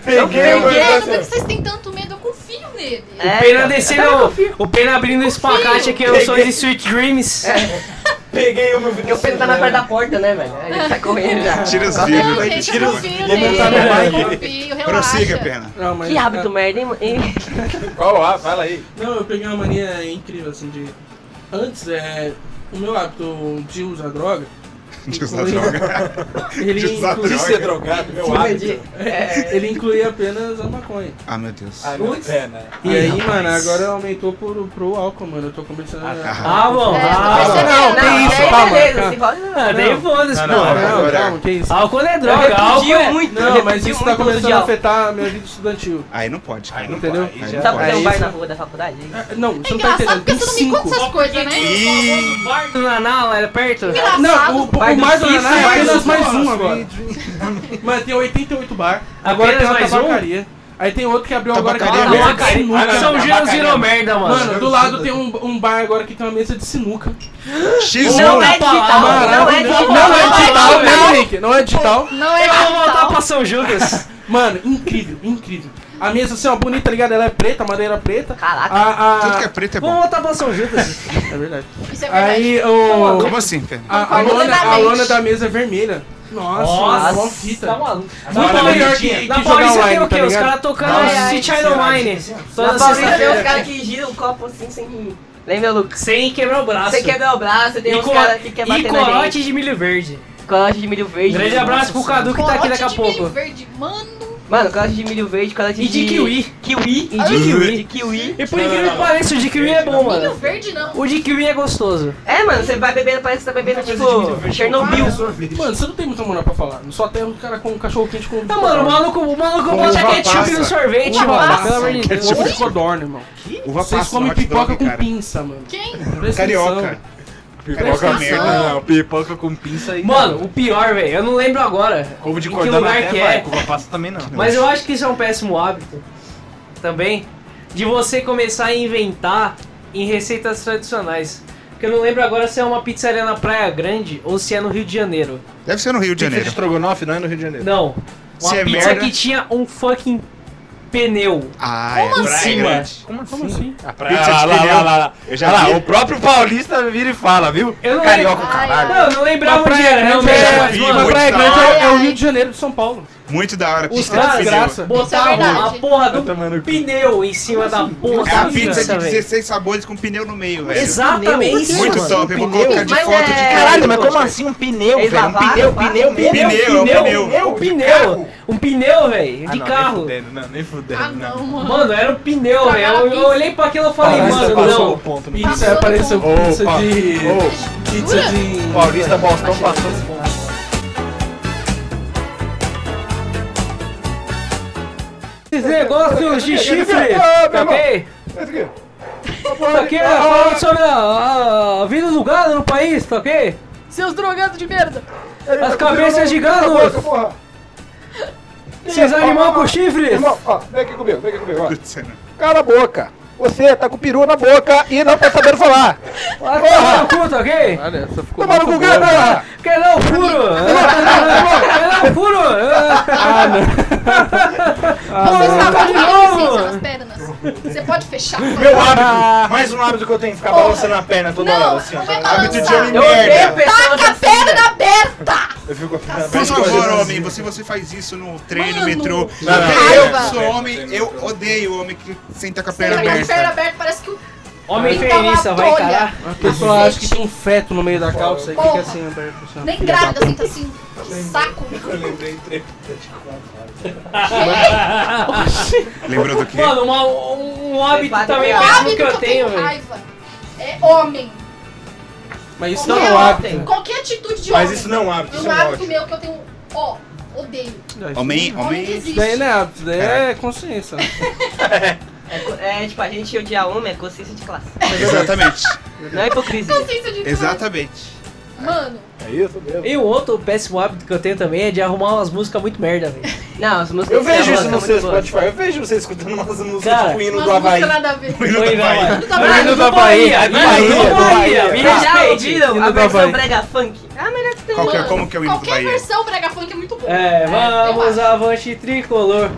Speaker 6: Peguei,
Speaker 4: Por é,
Speaker 10: assim,
Speaker 4: que vocês têm tanto medo? Eu confio nele.
Speaker 6: É,
Speaker 3: O Pena
Speaker 6: então.
Speaker 3: descendo. O Pena abrindo o espacate aqui, eu sou de Sweet Dreams.
Speaker 10: Peguei o meu vídeo.
Speaker 6: Porque o Pedro tá na perna da porta, né, velho? Aí Ele tá correndo já.
Speaker 2: Tira os
Speaker 4: Não,
Speaker 2: vídeos.
Speaker 4: gente, eu confio nele.
Speaker 10: tá
Speaker 4: Eu
Speaker 10: no
Speaker 4: confio, relaxa. É
Speaker 2: Prossiga, Pena.
Speaker 5: Não, mas,
Speaker 6: Que hábito merda, hein? hein?
Speaker 10: Qual lá? Fala aí.
Speaker 5: Não, eu peguei uma é, mania incrível, assim, de... Antes, é... O meu hábito de usar droga
Speaker 2: de usar droga.
Speaker 5: Ele
Speaker 2: De usar
Speaker 5: inclui-
Speaker 10: De ser é drogado, meu hábito.
Speaker 6: É,
Speaker 5: Ele incluía apenas a maconha.
Speaker 2: Ah, meu Deus.
Speaker 10: Ah, não,
Speaker 6: Putz.
Speaker 10: é, né?
Speaker 5: E aí, mano, agora aumentou pro, pro álcool, mano. Eu tô começando a.
Speaker 2: tá.
Speaker 3: Ah, bom.
Speaker 4: É,
Speaker 3: Ah,
Speaker 4: não,
Speaker 3: bom.
Speaker 4: não,
Speaker 6: aí é
Speaker 4: tem isso,
Speaker 6: beleza, assim, se rola, não.
Speaker 3: Ah, nem foda-se,
Speaker 10: Não,
Speaker 3: pô.
Speaker 10: não,
Speaker 5: Não,
Speaker 2: Agora-
Speaker 5: calma, que isso.
Speaker 3: Álcool não é
Speaker 6: Eu
Speaker 3: droga, álcool
Speaker 6: repudio
Speaker 3: é...
Speaker 6: muito. eu
Speaker 5: Não, mas
Speaker 6: repudio
Speaker 5: isso tá
Speaker 6: muito o uso
Speaker 5: começando
Speaker 6: de
Speaker 5: a
Speaker 6: álcool.
Speaker 5: afetar a minha vida estudantil.
Speaker 2: Aí não pode, cara.
Speaker 10: Aí não
Speaker 5: Entendeu?
Speaker 10: pode, aí
Speaker 2: Não
Speaker 10: já-
Speaker 6: Sabe por que
Speaker 5: Aí
Speaker 6: um bar
Speaker 5: isso-
Speaker 6: na rua da faculdade?
Speaker 5: Ah, Não,
Speaker 4: É
Speaker 5: você não tá
Speaker 4: engraçado
Speaker 5: entendendo.
Speaker 4: porque
Speaker 5: Tem
Speaker 4: você não me
Speaker 5: cinco.
Speaker 4: conta essas coisas, né?
Speaker 2: Ih,
Speaker 3: Bar do Nanau, era perto?
Speaker 5: Não, o, o
Speaker 6: Bar do
Speaker 5: Mar do
Speaker 6: Cícero,
Speaker 5: Naná é
Speaker 6: Bar do
Speaker 5: apenas mais
Speaker 6: Cícero.
Speaker 5: um agora. Mano, tem 88 bar. Agora
Speaker 3: Apenas
Speaker 5: tem uma
Speaker 3: mais um?
Speaker 5: tabacaria. Aí tem outro que abriu agora que
Speaker 2: Tabacaria
Speaker 5: tem
Speaker 3: Não,
Speaker 5: uma
Speaker 3: a
Speaker 5: mesa de
Speaker 3: cara-
Speaker 5: sinuca.
Speaker 10: não,
Speaker 3: São Giro
Speaker 10: abacaria.
Speaker 3: virou merda, mano.
Speaker 5: Mano, do lado tem um, um bar agora que tem uma mesa de sinuca.
Speaker 2: X1.
Speaker 6: Não é
Speaker 3: Ah,
Speaker 6: digital, não é
Speaker 5: Maravilhoso.
Speaker 6: digital.
Speaker 5: Não é digital,
Speaker 3: não.
Speaker 5: né, Henrique? Não é digital.
Speaker 4: Não é
Speaker 3: Eu vou voltar
Speaker 4: digital.
Speaker 3: pra São Judas.
Speaker 5: Mano, incrível, incrível. A mesa assim, ó, bonita, tá ligado? Ela é preta, madeira preta.
Speaker 6: Caraca.
Speaker 5: A,
Speaker 2: Tudo que é
Speaker 5: a...
Speaker 2: preto é
Speaker 3: Vamos
Speaker 2: bom.
Speaker 3: voltar pra São Judas.
Speaker 5: É verdade.
Speaker 4: Isso é verdade.
Speaker 5: Aí tá o.
Speaker 2: Como assim, Fernando?
Speaker 5: A, a,
Speaker 4: Concordo
Speaker 5: lona, a
Speaker 4: plenamente.
Speaker 5: lona da mesa é vermelha. Nossa,
Speaker 3: Nossa.
Speaker 5: mó fita.
Speaker 3: Tá maluco.
Speaker 5: Muito
Speaker 10: Olha,
Speaker 5: melhor
Speaker 10: Valentim,
Speaker 5: que,
Speaker 3: Na
Speaker 5: que
Speaker 3: Paulista
Speaker 5: jogar
Speaker 3: tem o
Speaker 5: online, tá
Speaker 3: quê? Os
Speaker 5: ligado?
Speaker 3: caras tocando
Speaker 10: Ai, ai,
Speaker 3: City Child Mine.
Speaker 6: Na
Speaker 3: Toda
Speaker 6: Paulista tem
Speaker 3: sexta-feira.
Speaker 6: uns caras que giram o copo assim sem. Lembra, Lucas?
Speaker 3: Sem quebrar o braço.
Speaker 6: Você quebra o braço, tem
Speaker 3: E,
Speaker 6: uns
Speaker 3: co
Speaker 6: caras que quer
Speaker 3: e
Speaker 6: bater na gente.
Speaker 3: corote de milho verde.
Speaker 6: Corote de milho verde.
Speaker 3: Grande
Speaker 6: mano.
Speaker 3: abraço pro Cadu que tá aqui
Speaker 4: Corote
Speaker 3: daqui a
Speaker 4: de milho
Speaker 3: pouco.
Speaker 4: verde, mano.
Speaker 6: Mano, corote de milho verde, corote de...
Speaker 3: E de kiwi.
Speaker 6: Kiwi. E
Speaker 2: de kiwi.
Speaker 6: De kiwi.
Speaker 3: E por incrível que pareça, o de kiwi é bom,
Speaker 4: Milho
Speaker 3: mano.
Speaker 4: verde não.
Speaker 3: O de kiwi é gostoso.
Speaker 6: É, mano, você vai bebendo, parece que você tá bebendo, tipo, Chernobyl.
Speaker 5: Mano, você não tem muita moral pra falar. Só tem um cara com um cachorro quente com.
Speaker 3: Não, Tá, mano, o maluco, o maluco
Speaker 10: Com
Speaker 3: bota
Speaker 10: uva
Speaker 3: ketchup
Speaker 10: passa.
Speaker 3: no sorvete,
Speaker 4: Uva
Speaker 3: mano.
Speaker 4: passa.
Speaker 3: Pelo amor de Deus.
Speaker 5: Ovo tipo de codorna, irmão.
Speaker 2: Uva
Speaker 5: Vocês
Speaker 2: passa,
Speaker 5: comem
Speaker 2: hot dog,
Speaker 5: pipoca com
Speaker 2: cara.
Speaker 5: pinça, mano.
Speaker 4: Quem?
Speaker 5: Presta
Speaker 2: Carioca.
Speaker 5: atenção.
Speaker 10: Pipoca mesmo, não. Pipoca com pinça e.
Speaker 3: Mano, o pior, velho, eu não lembro agora
Speaker 10: Ovo de
Speaker 3: em que
Speaker 10: codorna
Speaker 3: lugar
Speaker 10: até
Speaker 3: que
Speaker 10: vai,
Speaker 3: é.
Speaker 10: Cuba passa também não.
Speaker 3: Mas eu acho que isso é um péssimo hábito também de você começar a inventar em receitas tradicionais. Porque eu não lembro agora se é uma pizzaria na Praia Grande ou se é no Rio de Janeiro.
Speaker 2: Deve ser no Rio de
Speaker 10: Pizza de
Speaker 2: Janeiro.
Speaker 10: estrogonofe não é no Rio de Janeiro.
Speaker 3: Não. Uma
Speaker 2: Se é
Speaker 3: pizza
Speaker 2: merda-
Speaker 3: que tinha um fucking pneu.
Speaker 2: Ah, é. Como
Speaker 3: assim,
Speaker 10: Como assim? Como assim? A
Speaker 2: Pizza de
Speaker 10: lá, lá,
Speaker 2: pneu.
Speaker 10: lá, lá, lá.
Speaker 2: Eu já
Speaker 10: Olha lá,
Speaker 2: vi.
Speaker 10: o próprio paulista vira e fala, viu?
Speaker 3: Eu não
Speaker 10: Carioca,
Speaker 4: Ai,
Speaker 10: caralho.
Speaker 3: Não, eu não lembrava
Speaker 5: Mas
Speaker 3: onde
Speaker 5: Praia
Speaker 3: era,
Speaker 5: Grande
Speaker 3: realmente,
Speaker 5: é-
Speaker 3: mas,
Speaker 2: vi,
Speaker 3: mano,
Speaker 5: Mas
Speaker 2: muito
Speaker 5: Praia
Speaker 2: da
Speaker 5: Grande
Speaker 2: hora.
Speaker 5: é, é o Rio de Janeiro de São Paulo.
Speaker 2: Muito da hora.
Speaker 3: Os
Speaker 2: Pizza de
Speaker 3: caras
Speaker 2: pneu.
Speaker 5: desgraça.
Speaker 3: botavam a
Speaker 4: verdade.
Speaker 3: porra
Speaker 10: Vai
Speaker 3: do
Speaker 10: tomar no cu.
Speaker 3: pneu em cima da porra
Speaker 2: É a
Speaker 3: da
Speaker 2: pizza de
Speaker 3: velho.
Speaker 2: 16 sabores com pneu no meio, velho.
Speaker 3: Exatamente.
Speaker 2: Muito
Speaker 3: mano.
Speaker 2: top. Eu vou colocar de
Speaker 6: Mas
Speaker 2: foto de
Speaker 6: é-
Speaker 10: Caralho, mas como assim um pneu,
Speaker 6: Eles
Speaker 10: velho? Um
Speaker 6: lavaram,
Speaker 10: pneu,
Speaker 6: lavaram.
Speaker 10: pneu mesmo?
Speaker 2: Pneu, é um pneu.
Speaker 3: Um pneu, um pneu, velho, de
Speaker 10: Ah, não, Nem
Speaker 3: carro.
Speaker 10: fudendo, não, nem fudendo,
Speaker 4: Ah, não, mano.
Speaker 3: Mano, era um
Speaker 2: Tá
Speaker 3: pneu, velho. Eu, eu olhei pra aquilo e falei,
Speaker 10: Paulista
Speaker 3: mano,
Speaker 10: Tá, passou o
Speaker 3: não.
Speaker 10: ponto no
Speaker 4: Passou
Speaker 5: Pizza
Speaker 4: do
Speaker 5: apareceu
Speaker 10: ponto.
Speaker 5: pizza
Speaker 10: Opa.
Speaker 5: de.
Speaker 10: Ô.
Speaker 5: Pizza
Speaker 4: Jura?
Speaker 5: de.
Speaker 10: Paulista Bostão passou esse ponto.
Speaker 3: Esses negócios
Speaker 2: Tá
Speaker 3: de chifre,
Speaker 10: Ah, meu
Speaker 3: ok? Isso aqui
Speaker 10: Tá
Speaker 3: é falando sobre a, a vida do gado no país, tá ok?
Speaker 4: Seus drogados de merda.
Speaker 3: As
Speaker 10: é
Speaker 3: cabeças de gado,
Speaker 10: porra.
Speaker 3: esses
Speaker 10: Tá
Speaker 3: animais com chifres.
Speaker 10: ó, vem aqui comigo, vem aqui comigo, ó.
Speaker 2: cena.
Speaker 10: Cala a boca. Você tá com peru na boca e não tá sabendo falar.
Speaker 3: Vai tomar no cu, tá ok?
Speaker 5: Olha, essa ficou.
Speaker 10: Toma no cu, cara.
Speaker 3: Quer dar o furo? Quer dar o furo? Ah,
Speaker 4: Você
Speaker 3: não.
Speaker 4: está
Speaker 3: de novo.
Speaker 4: nas pernas. Você pode fechar.
Speaker 10: Meu hábito. Mais um hábito que eu tenho, ficar balançando a perna toda hora,
Speaker 4: Não,
Speaker 10: assim, ó.
Speaker 4: não é
Speaker 2: Hábito de
Speaker 4: balançar.
Speaker 2: homem
Speaker 6: Eu odeio
Speaker 2: merda.
Speaker 6: pessoas
Speaker 4: Taca a
Speaker 6: assim, velho.
Speaker 4: perna aberta!
Speaker 10: Eu fico...
Speaker 2: Por favor, homem, se você faz isso no trem, no
Speaker 4: Mano.
Speaker 2: metrô.
Speaker 10: Não, não,
Speaker 2: Até eu
Speaker 4: não.
Speaker 2: que sou homem, eu odeio o homem que senta com a perna
Speaker 4: Tá com a perna
Speaker 2: aberta.
Speaker 4: aberta, parece que o
Speaker 3: Homem
Speaker 4: Então,
Speaker 3: feminista,
Speaker 4: a
Speaker 3: vai
Speaker 4: trolha.
Speaker 3: encarar.
Speaker 5: A pessoa acha que tem um feto no meio da calça e fica
Speaker 4: Porra.
Speaker 5: assim, aberto assim. ó.
Speaker 4: nem grávida senta assim. Que saco.
Speaker 10: Eu lembrei trepida de quatro
Speaker 2: Lembrou do quê?
Speaker 3: Mano, uma- um, um hábito
Speaker 6: Prepara
Speaker 3: também
Speaker 6: o
Speaker 4: O
Speaker 3: mesmo
Speaker 4: hábito
Speaker 3: que eu tenho, velho.
Speaker 4: raiva é homem.
Speaker 5: Mas isso não
Speaker 4: Qualquer
Speaker 5: é um hábito.
Speaker 4: Qualquer atitude de homem.
Speaker 10: Mas isso não é um hábito, isso
Speaker 4: um
Speaker 10: é um
Speaker 4: hábito
Speaker 10: ódio.
Speaker 4: meu que eu tenho, ó, odeio.
Speaker 2: Homem,
Speaker 4: Homem
Speaker 2: homem.
Speaker 5: Isso daí
Speaker 4: desiste.
Speaker 5: não é hábito, isso daí é
Speaker 2: Caraca.
Speaker 5: consciência. né?
Speaker 6: É co- É, tipo, a gente odiar homem é consciência de classe.
Speaker 2: Exatamente.
Speaker 6: Não é hipocrisia.
Speaker 4: Consciência de
Speaker 2: Exatamente.
Speaker 4: Mano,
Speaker 10: É isso mesmo.
Speaker 3: E o outro péssimo hábito que eu tenho também é de arrumar umas músicas muito merda, velho.
Speaker 6: Não, as músicas
Speaker 10: Eu vejo
Speaker 6: são
Speaker 10: isso no
Speaker 6: muito
Speaker 10: seu
Speaker 6: boas.
Speaker 10: Spotify, eu vejo você escutando umas músicas
Speaker 3: Cara,
Speaker 10: tipo hino
Speaker 4: umas
Speaker 10: do Havaí.
Speaker 4: músicas nada a ver.
Speaker 3: Foi, não, é.
Speaker 4: Tá
Speaker 3: Não,
Speaker 4: vendo?
Speaker 3: do
Speaker 10: da Bahia,
Speaker 3: não, do
Speaker 10: do Bahia, do
Speaker 3: Bahia.
Speaker 10: Bahia.
Speaker 3: Me
Speaker 6: Vocês Tá. já
Speaker 3: respeite.
Speaker 6: ouviram a
Speaker 5: do
Speaker 6: versão
Speaker 5: Havaí.
Speaker 6: brega funk? Ah, melhor que tem.
Speaker 2: Qual que é,
Speaker 4: Mano,
Speaker 2: como que é o hino do
Speaker 4: Qualquer
Speaker 2: Bahia?
Speaker 4: versão brega funk é muito boa.
Speaker 3: É, vamos
Speaker 4: eu acho.
Speaker 3: avante tricolor.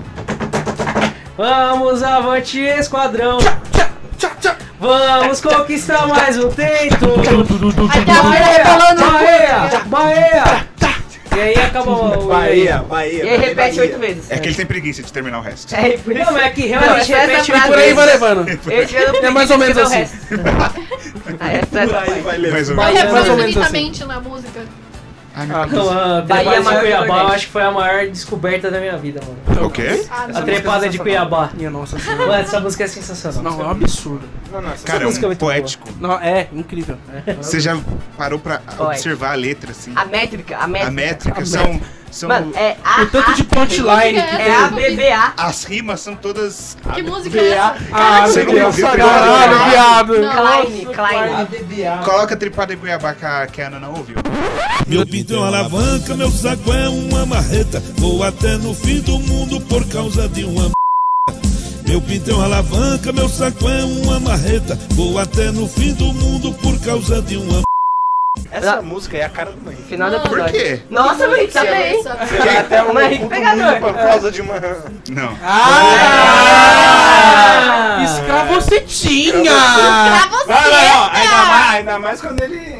Speaker 3: Vamos avante esquadrão. Vamos conquistar mais um teito.
Speaker 4: Até a mulher
Speaker 3: Bahia,
Speaker 4: falando
Speaker 3: Bahia, Tá. Bahia. Tá. E aí acaba o...
Speaker 6: E
Speaker 10: Bahia, Bahia.
Speaker 6: aí
Speaker 10: Bahia,
Speaker 6: repete
Speaker 10: Bahia.
Speaker 6: oito vezes.
Speaker 2: É que ele tem preguiça de terminar o resto.
Speaker 6: É, por isso.
Speaker 3: Não, é que
Speaker 6: Não,
Speaker 3: realmente
Speaker 6: essa é
Speaker 3: repete
Speaker 6: a
Speaker 3: muito
Speaker 5: Por aí vai levando.
Speaker 6: Eu tive
Speaker 5: É mais ou menos assim.
Speaker 6: Ah, essa é
Speaker 10: Vai, vai,
Speaker 2: Mais ou
Speaker 10: levando.
Speaker 4: Ela
Speaker 2: menos.
Speaker 5: é, mais ou
Speaker 4: repete
Speaker 5: menos assim.
Speaker 4: infinitamente na música.
Speaker 2: Ai, meu
Speaker 5: Ah,
Speaker 2: Deus.
Speaker 3: Então, a
Speaker 6: Bahia é
Speaker 3: Trepada de
Speaker 6: maior
Speaker 3: Cuiabá eu
Speaker 6: internet.
Speaker 3: acho que foi a maior descoberta da minha vida, mano.
Speaker 2: O quê?
Speaker 4: Ah,
Speaker 3: A
Speaker 4: não.
Speaker 6: é
Speaker 3: trepada de Cuiabá.
Speaker 5: Então, Minha nossa
Speaker 3: Mano,
Speaker 5: senhora.
Speaker 3: essa música é sensacional.
Speaker 5: Não, é um absurdo.
Speaker 10: Não, não, essa-
Speaker 2: Cara, é
Speaker 3: música é
Speaker 2: um
Speaker 3: muito boa.
Speaker 2: poético.
Speaker 5: Não, é incrível.
Speaker 2: Você já parou pra observar a letra, assim?
Speaker 6: A métrica, a métrica.
Speaker 2: A métrica, então,
Speaker 5: A
Speaker 2: são. são
Speaker 6: Mano, é a.
Speaker 5: O tanto de
Speaker 4: que
Speaker 5: punchline
Speaker 4: é
Speaker 5: que
Speaker 6: É a BBA.
Speaker 2: As rimas são todas.
Speaker 4: Que música é
Speaker 5: BA.
Speaker 4: essa?
Speaker 5: Ah,
Speaker 2: você
Speaker 5: meu
Speaker 2: não
Speaker 5: Deus,
Speaker 2: ouviu o
Speaker 5: caralho,
Speaker 2: primeiro
Speaker 5: viado.
Speaker 6: Klein, Klein.
Speaker 2: Coloca a tripada em Cuiabá que a, que a Ana não ouviu.
Speaker 9: Meu pinto é uma alavanca, meu saco é uma marreta. Vou até no fim do mundo por causa de uma. m****. Meu pinto é uma alavanca, meu saco é uma marreta. Vou até no fim do mundo por causa de uma. m****.
Speaker 10: Essa música é a cara do mãe.
Speaker 6: Final do
Speaker 4: Por
Speaker 2: Por
Speaker 6: episódio.
Speaker 2: quê?
Speaker 6: Nossa, mãe, tá
Speaker 4: Que é
Speaker 6: bem.
Speaker 4: essa?
Speaker 10: Tirar até o
Speaker 6: Mas
Speaker 10: cu do mundo
Speaker 6: pegador.
Speaker 10: por causa de uma.
Speaker 2: Não.
Speaker 10: Ah!
Speaker 5: Ah!
Speaker 3: Ah!
Speaker 5: Escravocetinha!
Speaker 4: Pra você,
Speaker 10: Vai, vai, ó. Ainda
Speaker 4: cara.
Speaker 10: mais, ainda mais quando ele.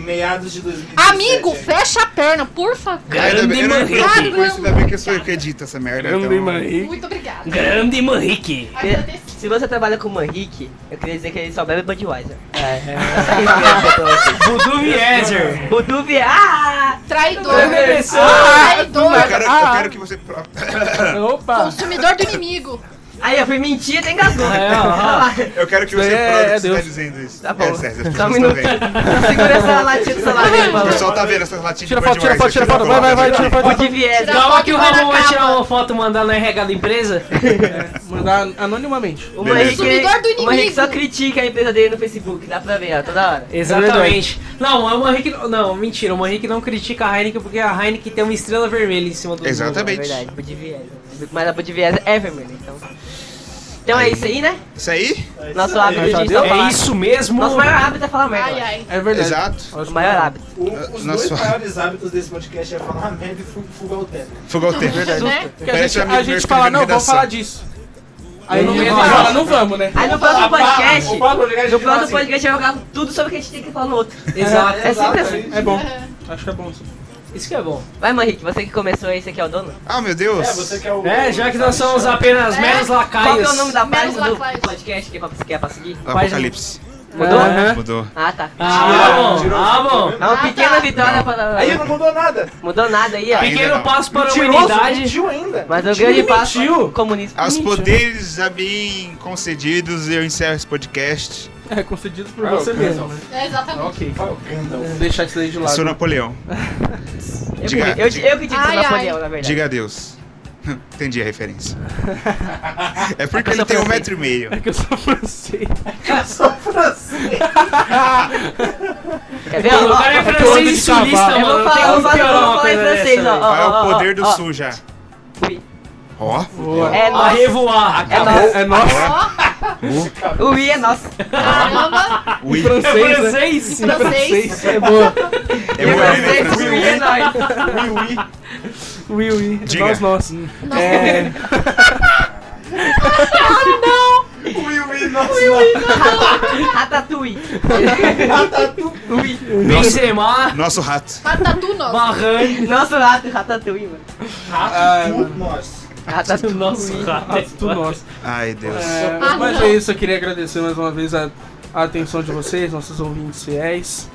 Speaker 10: Meados de 2017.
Speaker 4: Amigo,
Speaker 10: aí.
Speaker 4: fecha a perna, por favor.
Speaker 2: Ainda bem, eu não
Speaker 3: Grande
Speaker 2: eu
Speaker 4: Manrique.
Speaker 2: não ainda bem que sou eu que edito essa merda. então-
Speaker 4: ah, Muito obrigada.
Speaker 3: Grande Manrique.
Speaker 4: Agradeci.
Speaker 6: Se você trabalha com o Manrique, eu queria dizer que ele só bebe Budweiser.
Speaker 5: É,
Speaker 3: Budu Vieser.
Speaker 6: O Duvia. Ah!
Speaker 4: Traidor.
Speaker 2: Eu
Speaker 6: é
Speaker 4: Traidor.
Speaker 6: assim,
Speaker 2: quero, eu quero que você. pro-
Speaker 5: Opa!
Speaker 4: Consumidor do inimigo.
Speaker 6: Aí eu fui mentir, até engasgou.
Speaker 3: É, ó.
Speaker 2: Eu quero que você
Speaker 5: Isso aí é-
Speaker 2: prove que
Speaker 5: é
Speaker 2: você
Speaker 5: Deus.
Speaker 2: tá dizendo isso.
Speaker 6: Tá bom.
Speaker 2: É sério, as
Speaker 6: Só
Speaker 2: pessoas
Speaker 6: um
Speaker 2: estão
Speaker 6: minuto.
Speaker 2: vendo.
Speaker 6: Segura essa latinha do celular aí,
Speaker 2: O
Speaker 6: mano.
Speaker 2: pessoal tá vendo essas latinhas
Speaker 5: Tira
Speaker 2: de
Speaker 5: foto, tira foto,
Speaker 2: Budweiser,
Speaker 5: tira
Speaker 2: tira
Speaker 5: foto. Vai, vai, vai, tira
Speaker 6: O
Speaker 5: foto.
Speaker 6: de Vieser.
Speaker 3: Calma que o
Speaker 4: foto vai na
Speaker 3: Ramon vai tirar
Speaker 4: capa.
Speaker 3: uma foto e mandar na RH da
Speaker 6: É
Speaker 3: empresa.
Speaker 5: Mandar anonimamente.
Speaker 6: O Manrique,
Speaker 4: Consumidor do
Speaker 6: o Manrique
Speaker 4: inimigo.
Speaker 6: só critica a empresa dele no Facebook, dá pra ver, ó, toda hora.
Speaker 3: Exatamente. não, o Manrique. Não, mentira. O Manrique não critica a Heineken porque a Heineken tem uma estrela vermelha em cima do logo.
Speaker 6: É
Speaker 2: Exatamente.
Speaker 6: verdade, o de Vieser. Mas a de Vieser é vermelha, então. Então é isso aí, né?
Speaker 2: Isso aí?
Speaker 6: Nosso hábito de
Speaker 5: deu?
Speaker 6: falar.
Speaker 3: É isso mesmo?
Speaker 6: Nosso maior hábito é falar
Speaker 4: Ai,
Speaker 6: merda.
Speaker 4: ai.
Speaker 5: É verdade.
Speaker 2: Exato.
Speaker 6: O maior hábito.
Speaker 10: O- Os
Speaker 2: Nossa.
Speaker 10: dois maiores hábitos desse podcast é falar merda e fu- fugar o teto.
Speaker 2: Fogão tem.
Speaker 4: Né?
Speaker 5: Porque a
Speaker 2: Parece um amigo
Speaker 5: gente, é a
Speaker 2: meu
Speaker 5: gente
Speaker 2: que
Speaker 5: fala,
Speaker 2: vive
Speaker 5: não, vamos
Speaker 2: redação.
Speaker 5: falar disso. Aí no
Speaker 6: Não
Speaker 5: meio
Speaker 6: vai.
Speaker 5: fala, não vamos, né?
Speaker 6: Aí no próximo podcast,
Speaker 10: O próximo podcast, a
Speaker 6: no
Speaker 10: gente fala
Speaker 6: próximo
Speaker 10: assim,
Speaker 6: podcast eu gravo tudo sobre o que a gente tem que falar no outro.
Speaker 3: Exato.
Speaker 6: É sempre assim.
Speaker 5: É bom. Acho que é bom.
Speaker 3: Isso que é bom.
Speaker 6: Vai, Manrique, você que começou aí, você que é o dono?
Speaker 2: Ah, meu Deus.
Speaker 10: É, você que é o.
Speaker 3: É, já que nós somos apenas
Speaker 4: É?
Speaker 3: meros
Speaker 6: Qual que
Speaker 3: lacaios.
Speaker 6: é o nome da
Speaker 4: Menos
Speaker 6: página do
Speaker 4: lacaios.
Speaker 6: podcast que você quer pra seguir?
Speaker 2: É Ah. Apocalipse.
Speaker 6: Mudou?
Speaker 5: Aham.
Speaker 2: Mudou.
Speaker 6: Ah, tá.
Speaker 3: Ah, bom. Ah, bom.
Speaker 6: É uma
Speaker 4: Ah,
Speaker 6: pequena
Speaker 4: tá.
Speaker 6: vitória
Speaker 2: Não.
Speaker 6: para...
Speaker 10: Aí não mudou nada.
Speaker 6: Mudou nada aí, ó.
Speaker 2: Aí-
Speaker 3: Pequeno
Speaker 2: não.
Speaker 3: passo para a
Speaker 10: Mentiroso,
Speaker 3: humanidade.
Speaker 10: mentiu ainda.
Speaker 6: Mas o
Speaker 5: Mentiu,
Speaker 6: grande
Speaker 5: mentiu.
Speaker 6: passo comunista.
Speaker 2: Aos poderes já bem concedidos, eu encerro esse podcast.
Speaker 5: É concedido por
Speaker 10: Ah,
Speaker 5: você
Speaker 10: ok.
Speaker 5: mesmo. né?
Speaker 4: É exatamente.
Speaker 5: Ok.
Speaker 10: Fala, Gandalf.
Speaker 5: Vamos deixar isso daí de
Speaker 2: Eu sou
Speaker 5: lado.
Speaker 2: Napoleão.
Speaker 6: Eu,
Speaker 2: Diga-
Speaker 6: que- eu, eu que digo que
Speaker 4: Ai,
Speaker 6: sou
Speaker 4: ai.
Speaker 6: Napoleão, na verdade.
Speaker 2: Diga adeus. Entendi a referência. É porque
Speaker 6: Eu sou
Speaker 2: ele tem um
Speaker 6: francês.
Speaker 2: metro e meio.
Speaker 5: É que eu sou francês.
Speaker 6: Quer ver?
Speaker 3: O
Speaker 6: ó?
Speaker 3: cara é
Speaker 5: eu tô
Speaker 3: francês
Speaker 5: de
Speaker 3: e sulista,
Speaker 5: cavalo.
Speaker 6: Eu
Speaker 3: mano.
Speaker 6: vou
Speaker 3: Não tem
Speaker 6: falar, eu
Speaker 3: como
Speaker 6: vou falar, é eu
Speaker 3: piorar uma
Speaker 6: vou falar em
Speaker 3: coisa
Speaker 6: francês, ó.
Speaker 3: dessa,
Speaker 6: ó,
Speaker 2: Vai
Speaker 6: ó,
Speaker 2: o
Speaker 6: ó,
Speaker 2: poder do
Speaker 6: ó.
Speaker 2: sul já.
Speaker 6: Oui.
Speaker 2: Ó.
Speaker 5: Boa.
Speaker 6: É
Speaker 3: velho. A
Speaker 6: nosso.
Speaker 3: revoar.
Speaker 6: É nosso.
Speaker 5: É
Speaker 4: Ó,
Speaker 5: nosso
Speaker 6: Oui é nosso.
Speaker 4: caramba.
Speaker 2: Ui.
Speaker 5: francês, né?
Speaker 3: francês?
Speaker 4: Francês.
Speaker 5: É boa.
Speaker 2: Eu vou
Speaker 6: é
Speaker 2: ver,
Speaker 6: francês,
Speaker 2: Francisco.
Speaker 6: oui é nós.
Speaker 5: Will, Will.
Speaker 2: Diga.
Speaker 5: Nós, nós.
Speaker 4: Nossa.
Speaker 5: É.
Speaker 6: Ratatouille. Oui.
Speaker 3: Benzema.
Speaker 2: Nosso rato.
Speaker 4: Matatu nosso.
Speaker 3: Barran.
Speaker 6: Nosso rato, Ratatouille, mano.
Speaker 5: Ah, mano.
Speaker 10: Nossa.
Speaker 6: Ratatouille.
Speaker 3: Nosso rato.
Speaker 5: Ah, tudo nosso.
Speaker 2: Ai, Deus.
Speaker 5: É,
Speaker 4: Ah,
Speaker 5: mas
Speaker 4: não.
Speaker 5: é isso, eu queria agradecer mais uma vez a, a atenção de vocês, nossos ouvintes fiéis.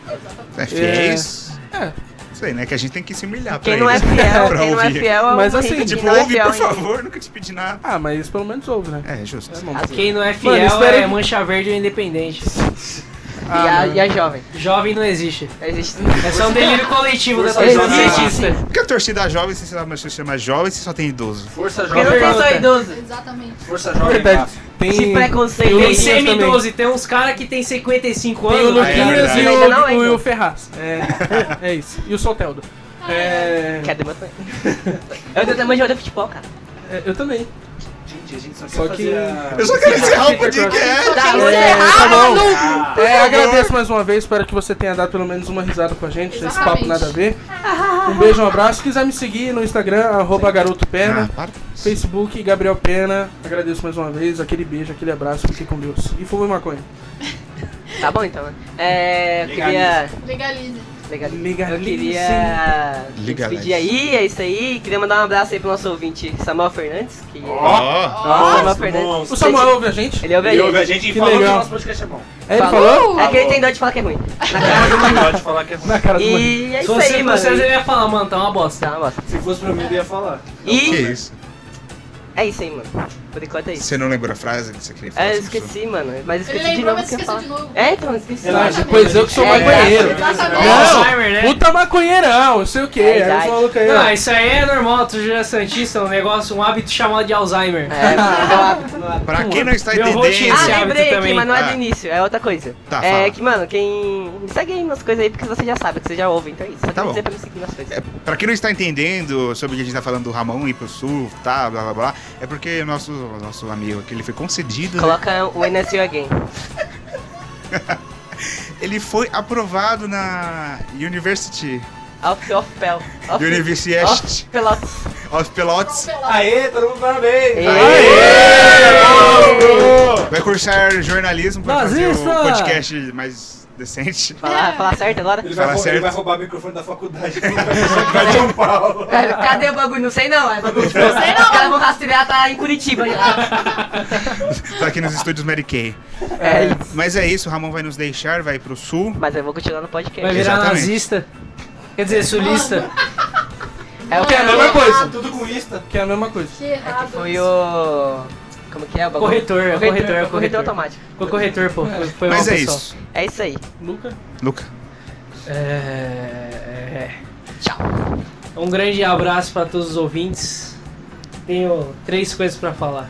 Speaker 2: É fiéis.
Speaker 5: É.
Speaker 2: Isso aí, né? Que a gente tem que se humilhar pra
Speaker 6: Quem não é
Speaker 2: eles.
Speaker 6: fiel,
Speaker 2: Pra
Speaker 6: quem não é
Speaker 2: ouvir.
Speaker 6: fiel é o
Speaker 5: Mas
Speaker 6: Henrique,
Speaker 5: assim,
Speaker 6: quem
Speaker 2: Tipo,
Speaker 6: não é
Speaker 2: ouve,
Speaker 6: fiel,
Speaker 2: por
Speaker 6: hein?
Speaker 2: favor, nunca te pedi nada.
Speaker 5: Ah, mas pelo menos ouve, né?
Speaker 2: É, justo.
Speaker 5: É bom.
Speaker 3: Quem não é
Speaker 5: Mano,
Speaker 3: fiel
Speaker 5: espera aí.
Speaker 3: é mancha verde ou independente.
Speaker 6: E a,
Speaker 2: Ah,
Speaker 5: mano.
Speaker 6: e a jovem.
Speaker 3: Jovem não existe.
Speaker 6: Existe.
Speaker 3: É só um delírio coletivo da
Speaker 10: Força
Speaker 3: torcida
Speaker 6: jovem.
Speaker 3: cientista.
Speaker 2: Por que a torcida jovem, se você chama jovem, se só tem idoso?
Speaker 10: Força
Speaker 6: Porque
Speaker 10: jovem.
Speaker 6: não tem só idoso.
Speaker 4: Exatamente.
Speaker 10: Força
Speaker 5: É
Speaker 10: jovem.
Speaker 5: verdade.
Speaker 10: Rafa.
Speaker 5: Tem,
Speaker 6: Esse preconceito
Speaker 5: tem o
Speaker 3: Tem
Speaker 6: aí.
Speaker 5: Luquinhas também.
Speaker 3: semi-12, tem uns caras que tem 55
Speaker 5: Tem o
Speaker 3: anos.
Speaker 10: É,
Speaker 2: Luquinhas.
Speaker 5: Luquinhas
Speaker 2: verdade.
Speaker 5: e
Speaker 6: Ainda não,
Speaker 5: o,
Speaker 6: ainda.
Speaker 5: o, o Ferraz. É, é isso. E o Solteldo. É,
Speaker 6: Cadê meu tamanho? Eu tenho tamanho de jogador de futebol, cara.
Speaker 5: é, eu também.
Speaker 10: Gente, a gente só,
Speaker 5: Só
Speaker 10: quer
Speaker 5: que-
Speaker 10: fazer
Speaker 2: Eu só quero encerrar o podcast.
Speaker 6: Tá,
Speaker 4: Quem
Speaker 6: é,
Speaker 4: será?
Speaker 5: tá bom.
Speaker 4: Não-
Speaker 5: É, agradeço mais uma vez, espero que você tenha dado pelo menos uma risada com a gente, esse
Speaker 4: Exatamente.
Speaker 5: papo nada a ver. Um beijo, um abraço. Se quiser me seguir no Instagram, arroba garoto perna.
Speaker 6: É.
Speaker 2: Ah, para.
Speaker 5: Facebook, Gabriel Pena. Agradeço mais uma vez. Aquele beijo, aquele abraço. Fique com Deus. E fume maconha.
Speaker 6: Tá bom então. né? É. Eu queria.
Speaker 4: Legalize.
Speaker 6: Legalize. Eu
Speaker 5: Legalize.
Speaker 6: queria me
Speaker 2: Legalize.
Speaker 6: despedir aí, é isso aí. Queria mandar um abraço aí pro nosso ouvinte, Samuel Fernandes. Que...
Speaker 10: Ó,
Speaker 6: Nossa, Samuel Fernandes.
Speaker 5: O Samuel ouve a gente?
Speaker 6: Ele é o
Speaker 10: ele ouve
Speaker 6: velho.
Speaker 10: a gente e
Speaker 5: Que
Speaker 10: falou que o
Speaker 5: legal.
Speaker 10: nosso podcast é bom.
Speaker 5: É, ele
Speaker 6: Falou?
Speaker 5: falou?
Speaker 6: É que ele tem dó de falar que é ruim.
Speaker 10: Ele pode falar que é bom.
Speaker 5: Na cara do Marinho.
Speaker 6: E é
Speaker 3: Se
Speaker 6: isso
Speaker 3: você
Speaker 6: aí, mano.
Speaker 3: fosse, eu ia falar, mano, tá uma bosta.
Speaker 6: Tá uma bosta.
Speaker 10: Se fosse pra mim, eu ia falar.
Speaker 2: Que
Speaker 6: E
Speaker 2: isso?
Speaker 6: é isso aí, mano. Por enquanto é isso.
Speaker 2: Você não lembrou a frase que você queria falar?
Speaker 6: É, eu
Speaker 2: sobre isso?
Speaker 6: esqueci, mano. Mas
Speaker 4: Ele
Speaker 6: esqueci de
Speaker 4: lembrou,
Speaker 6: novo
Speaker 4: mas
Speaker 6: o que eu ia
Speaker 4: esqueceu
Speaker 6: falar.
Speaker 4: de novo.
Speaker 6: É, então, esqueci. É,
Speaker 5: Relaxa, pois eu que sou maconheiro.
Speaker 6: Tá
Speaker 4: Exatamente.
Speaker 5: Não,
Speaker 3: Alzheimer, né?
Speaker 5: puta maconheirão, eu sei o que.
Speaker 6: É a
Speaker 5: Aí os
Speaker 6: idade.
Speaker 5: malucos aí,
Speaker 3: Não,
Speaker 5: ó.
Speaker 3: isso aí é normal, tu já é santista, um negócio, um hábito chamado de Alzheimer.
Speaker 6: É, meu hábito, meu hábito.
Speaker 2: Pra quem não está
Speaker 3: Eu vou te
Speaker 2: entendendo,
Speaker 3: ensinar.
Speaker 6: Ah, lembrei
Speaker 3: hábito
Speaker 6: aqui,
Speaker 3: também.
Speaker 6: mas não é
Speaker 2: Ah.
Speaker 6: do início, é outra coisa.
Speaker 2: Tá,
Speaker 6: é
Speaker 2: fala.
Speaker 6: que, mano, quem. me Segue aí nas coisas aí, porque você já sabe, que você já ouve, então é isso. Só
Speaker 2: Tá
Speaker 6: queria
Speaker 2: bom.
Speaker 6: dizer pra me seguir nas coisas.
Speaker 2: É, pra quem não está entendendo sobre o que a gente tá falando do Ramon ir pro sul, tá, blá blá blá, é porque o nosso, nosso amigo aqui, ele foi concedido, né?
Speaker 6: Coloca o NSU Again.
Speaker 2: ele foi aprovado na University,
Speaker 6: Off, off, pel. Off,
Speaker 2: University
Speaker 6: off, pelotas.
Speaker 2: of Pelotas,
Speaker 10: Aê, todo mundo parabéns.
Speaker 6: Aê!
Speaker 2: vai cursar jornalismo pra fazer
Speaker 3: Nazista!
Speaker 2: o podcast mais decente.
Speaker 6: Falar, falar certo agora?
Speaker 10: Ele
Speaker 2: Fala
Speaker 10: vai, rou- ele
Speaker 2: certo.
Speaker 10: vai roubar o microfone da faculdade. Vai São Paulo.
Speaker 6: Cadê o bagulho? Não sei não, é bagulho. Não sei não. Os caras vão rastrear, tá em Curitiba. já.
Speaker 2: Tá aqui nos estúdios Mary Kay.
Speaker 6: É isso.
Speaker 2: Mas é isso, o Ramon vai nos deixar, vai pro sul.
Speaker 6: Mas eu vou continuar no
Speaker 3: Vai
Speaker 6: podcast.
Speaker 3: virar
Speaker 2: Exatamente.
Speaker 3: nazista. Quer dizer, sulista.
Speaker 6: É o
Speaker 3: Ah,
Speaker 5: Que é a mesma
Speaker 6: que
Speaker 5: coisa.
Speaker 10: Tudo com ista.
Speaker 5: Que é a mesma coisa.
Speaker 4: Que errado.
Speaker 6: É foi o. Como que é o bagulho?
Speaker 3: Corretor, é corretor, é
Speaker 6: corretor.
Speaker 3: corretor.
Speaker 6: automático.
Speaker 3: Foi corretor, pô. Foi, foi
Speaker 2: Mas
Speaker 3: mal,
Speaker 2: é
Speaker 3: pessoal.
Speaker 2: isso.
Speaker 6: É isso aí.
Speaker 5: Luca.
Speaker 2: Luca,
Speaker 3: É... Tchau. Um grande abraço pra todos os ouvintes. Tenho três coisas pra falar.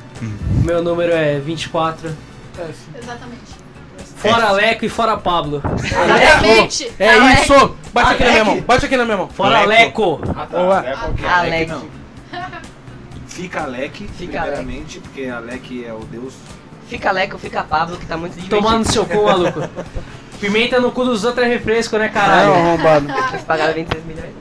Speaker 3: Meu número é 24.
Speaker 4: Exatamente.
Speaker 3: Fora Leco e fora Pablo.
Speaker 4: Exatamente.
Speaker 5: É
Speaker 6: Alec.
Speaker 5: isso! Bate aqui na minha mão, bate aqui na minha mão.
Speaker 3: Fora Leco.
Speaker 10: Ah, tá.
Speaker 5: Boa.
Speaker 10: Não é qualquer
Speaker 6: Alec.
Speaker 10: Alec, não. Fica Alec,
Speaker 6: Fica
Speaker 10: primeiramente, porque Alec é o deus.
Speaker 6: Fica Leco, fica Pablo, que tá muito divertido.
Speaker 3: Tomar no seu cu, maluco. Pimenta no cu dos outros é refresco, né, caralho?
Speaker 5: arrombado.
Speaker 6: Eles pagaram 23 milhões.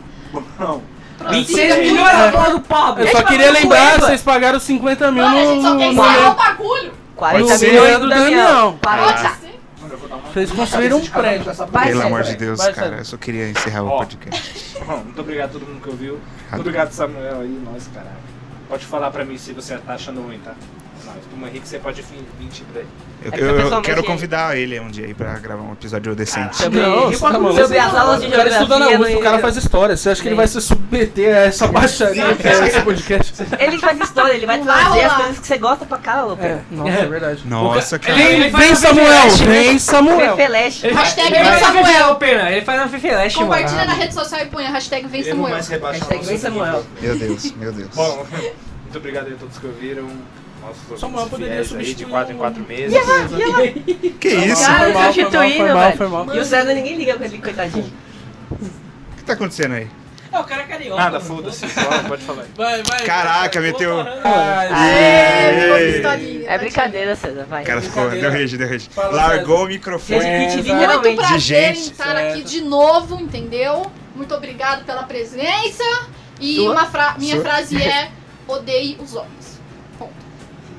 Speaker 10: Não.
Speaker 3: 26 milhões a bola do Pablo.
Speaker 5: Eu só queria lembrar, vocês pagaram 50 mil
Speaker 4: Mano, a gente só
Speaker 5: no...
Speaker 4: quer
Speaker 5: no-
Speaker 4: encerrar o bagulho.
Speaker 6: 40
Speaker 2: Pode ser.
Speaker 6: milhões do
Speaker 5: é Do
Speaker 6: Daniel.
Speaker 5: Daniel.
Speaker 6: Para.
Speaker 4: Pode ser.
Speaker 10: Mano, eu vou dar uma
Speaker 5: Vocês
Speaker 10: uma
Speaker 5: construíram
Speaker 10: cabeça de
Speaker 5: um
Speaker 10: cada
Speaker 5: prédio.
Speaker 10: dessa
Speaker 6: Vai,
Speaker 10: porra.
Speaker 2: pelo
Speaker 6: sério,
Speaker 2: amor de
Speaker 6: vai.
Speaker 2: Deus,
Speaker 5: Vai,
Speaker 2: cara,
Speaker 5: sério.
Speaker 2: eu só queria encerrar o
Speaker 10: Ó.
Speaker 2: podcast.
Speaker 10: Bom, Muito obrigado a todo mundo que ouviu. Muito obrigado, Samuel, aí, nós, caralho. Pode falar pra mim se você tá achando ruim, tá? Nós, pro Henrique, você pode vir vir te pra ele.
Speaker 2: Eu,
Speaker 6: É que
Speaker 2: eu-
Speaker 6: eu
Speaker 2: eu
Speaker 6: pessoalmente-
Speaker 2: quero convidar ele um dia aí pra gravar um episódio decente.
Speaker 3: Ah,
Speaker 6: Sobre,
Speaker 5: Não, você tá maluco.
Speaker 6: sobre as aulas de
Speaker 5: O cara estuda na
Speaker 6: geografia.
Speaker 5: USP,
Speaker 6: no-
Speaker 5: o cara faz história. Você acha que ele vai se submeter a essa baixaria que é esse podcast?
Speaker 6: Ele faz história, ele vai
Speaker 4: Não vai
Speaker 6: trazer as
Speaker 4: rolar.
Speaker 6: coisas que você gosta pra cá, louco.
Speaker 5: É, nossa, é verdade.
Speaker 2: Nossa, cara.
Speaker 5: Vem,
Speaker 3: Ele faz
Speaker 5: vem
Speaker 3: a
Speaker 5: Samuel,
Speaker 3: Fefeleche, né?
Speaker 5: vem Samuel.
Speaker 6: Fefeleche.
Speaker 3: Ele
Speaker 4: Hashtag
Speaker 3: ele faz
Speaker 4: vem
Speaker 3: na
Speaker 4: Samuel.
Speaker 3: Fefe- Pena, Ele faz na Fefeleche, mano.
Speaker 4: Compartilha na rede social e põe a hashtag Vem
Speaker 10: Eu não
Speaker 4: Samuel.
Speaker 10: mais rebaixo
Speaker 6: Hashtag
Speaker 10: o
Speaker 6: vem
Speaker 10: nosso nível.
Speaker 6: Samuel.
Speaker 2: Meu Deus, meu Deus.
Speaker 10: Bom, muito obrigado aí a todos que ouviram. Nossos
Speaker 5: Samuel
Speaker 10: ouvintes
Speaker 5: poderia
Speaker 10: fiéis aí de
Speaker 5: substituir
Speaker 10: 4 em
Speaker 5: um-
Speaker 10: 4 meses.
Speaker 2: que isso?
Speaker 5: Foi
Speaker 6: Cara,
Speaker 5: mal, foi mal,
Speaker 6: substituindo,
Speaker 5: foi mal,
Speaker 6: velho.
Speaker 5: foi mal.
Speaker 6: E o César ninguém liga com ele, coitadinho.
Speaker 2: O que tá acontecendo aí?
Speaker 6: É, o cara é carioca.
Speaker 10: Nada, foda-se. Fala, Pode falar aí.
Speaker 5: Vai, vai.
Speaker 2: Caraca, meteu.
Speaker 4: Aê, É, ficou
Speaker 2: Aê!
Speaker 4: pistolinha,
Speaker 6: É
Speaker 4: tadinho.
Speaker 6: brincadeira, César, vai.
Speaker 2: O cara ficou, deu rage, deu rage.
Speaker 5: Fala,
Speaker 2: Largou o
Speaker 6: Gente,
Speaker 2: microfone.
Speaker 6: kit
Speaker 5: César.
Speaker 4: Muito
Speaker 6: literalmente.
Speaker 4: prazer
Speaker 2: gente. é.
Speaker 4: em estar
Speaker 5: Certo.
Speaker 4: aqui de novo, entendeu? Muito obrigado pela presença. E
Speaker 6: Sua?
Speaker 4: uma fra- minha
Speaker 2: Sua?
Speaker 4: frase é: odeie os homens. Ponto.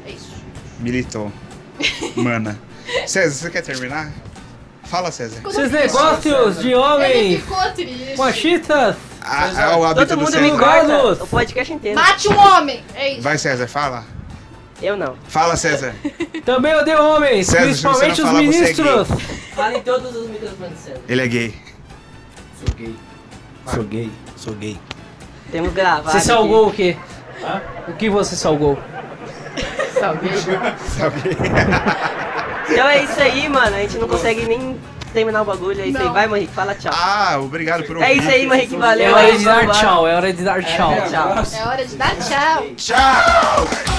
Speaker 4: É isso.
Speaker 2: Militou. Mana. César, você quer terminar? Fala, César.
Speaker 4: Ficou
Speaker 3: Esses
Speaker 4: triste.
Speaker 3: negócios de
Speaker 4: Ele
Speaker 3: homens
Speaker 4: ficou triste.
Speaker 3: machistas.
Speaker 2: Ah, ah, o hábito
Speaker 6: é. Todo
Speaker 2: do
Speaker 6: mundo me
Speaker 2: César.
Speaker 6: engorda.
Speaker 3: Gordos.
Speaker 6: O podcast inteiro.
Speaker 4: Mate um homem. É isso.
Speaker 2: Vai, César, fala.
Speaker 6: Eu não.
Speaker 2: Fala, César.
Speaker 3: Também odeio homens,
Speaker 2: César, se você não
Speaker 3: principalmente os
Speaker 2: falar, você é
Speaker 3: ministros.
Speaker 6: Falem todos os microfones, César.
Speaker 2: Ele é gay.
Speaker 10: Sou gay. Sou gay. Sou gay.
Speaker 6: Temos gravado.
Speaker 3: Você
Speaker 6: aqui.
Speaker 3: salgou o quê? O que você salgou?
Speaker 6: Salguei.
Speaker 2: Sabe?
Speaker 6: Então é isso aí, mano. A gente não consegue nem terminar o bagulho. É isso aí.
Speaker 4: Não.
Speaker 6: Vai, Manrique. Fala tchau.
Speaker 2: Ah, obrigado por ouvir.
Speaker 6: É isso aí, Manrique.
Speaker 3: É
Speaker 6: Valeu.
Speaker 3: hora
Speaker 6: aí,
Speaker 3: de dar
Speaker 6: vamos lá.
Speaker 3: tchau, é hora de dar tchau.
Speaker 6: Tchau.
Speaker 4: É hora de dar tchau.
Speaker 2: Tchau!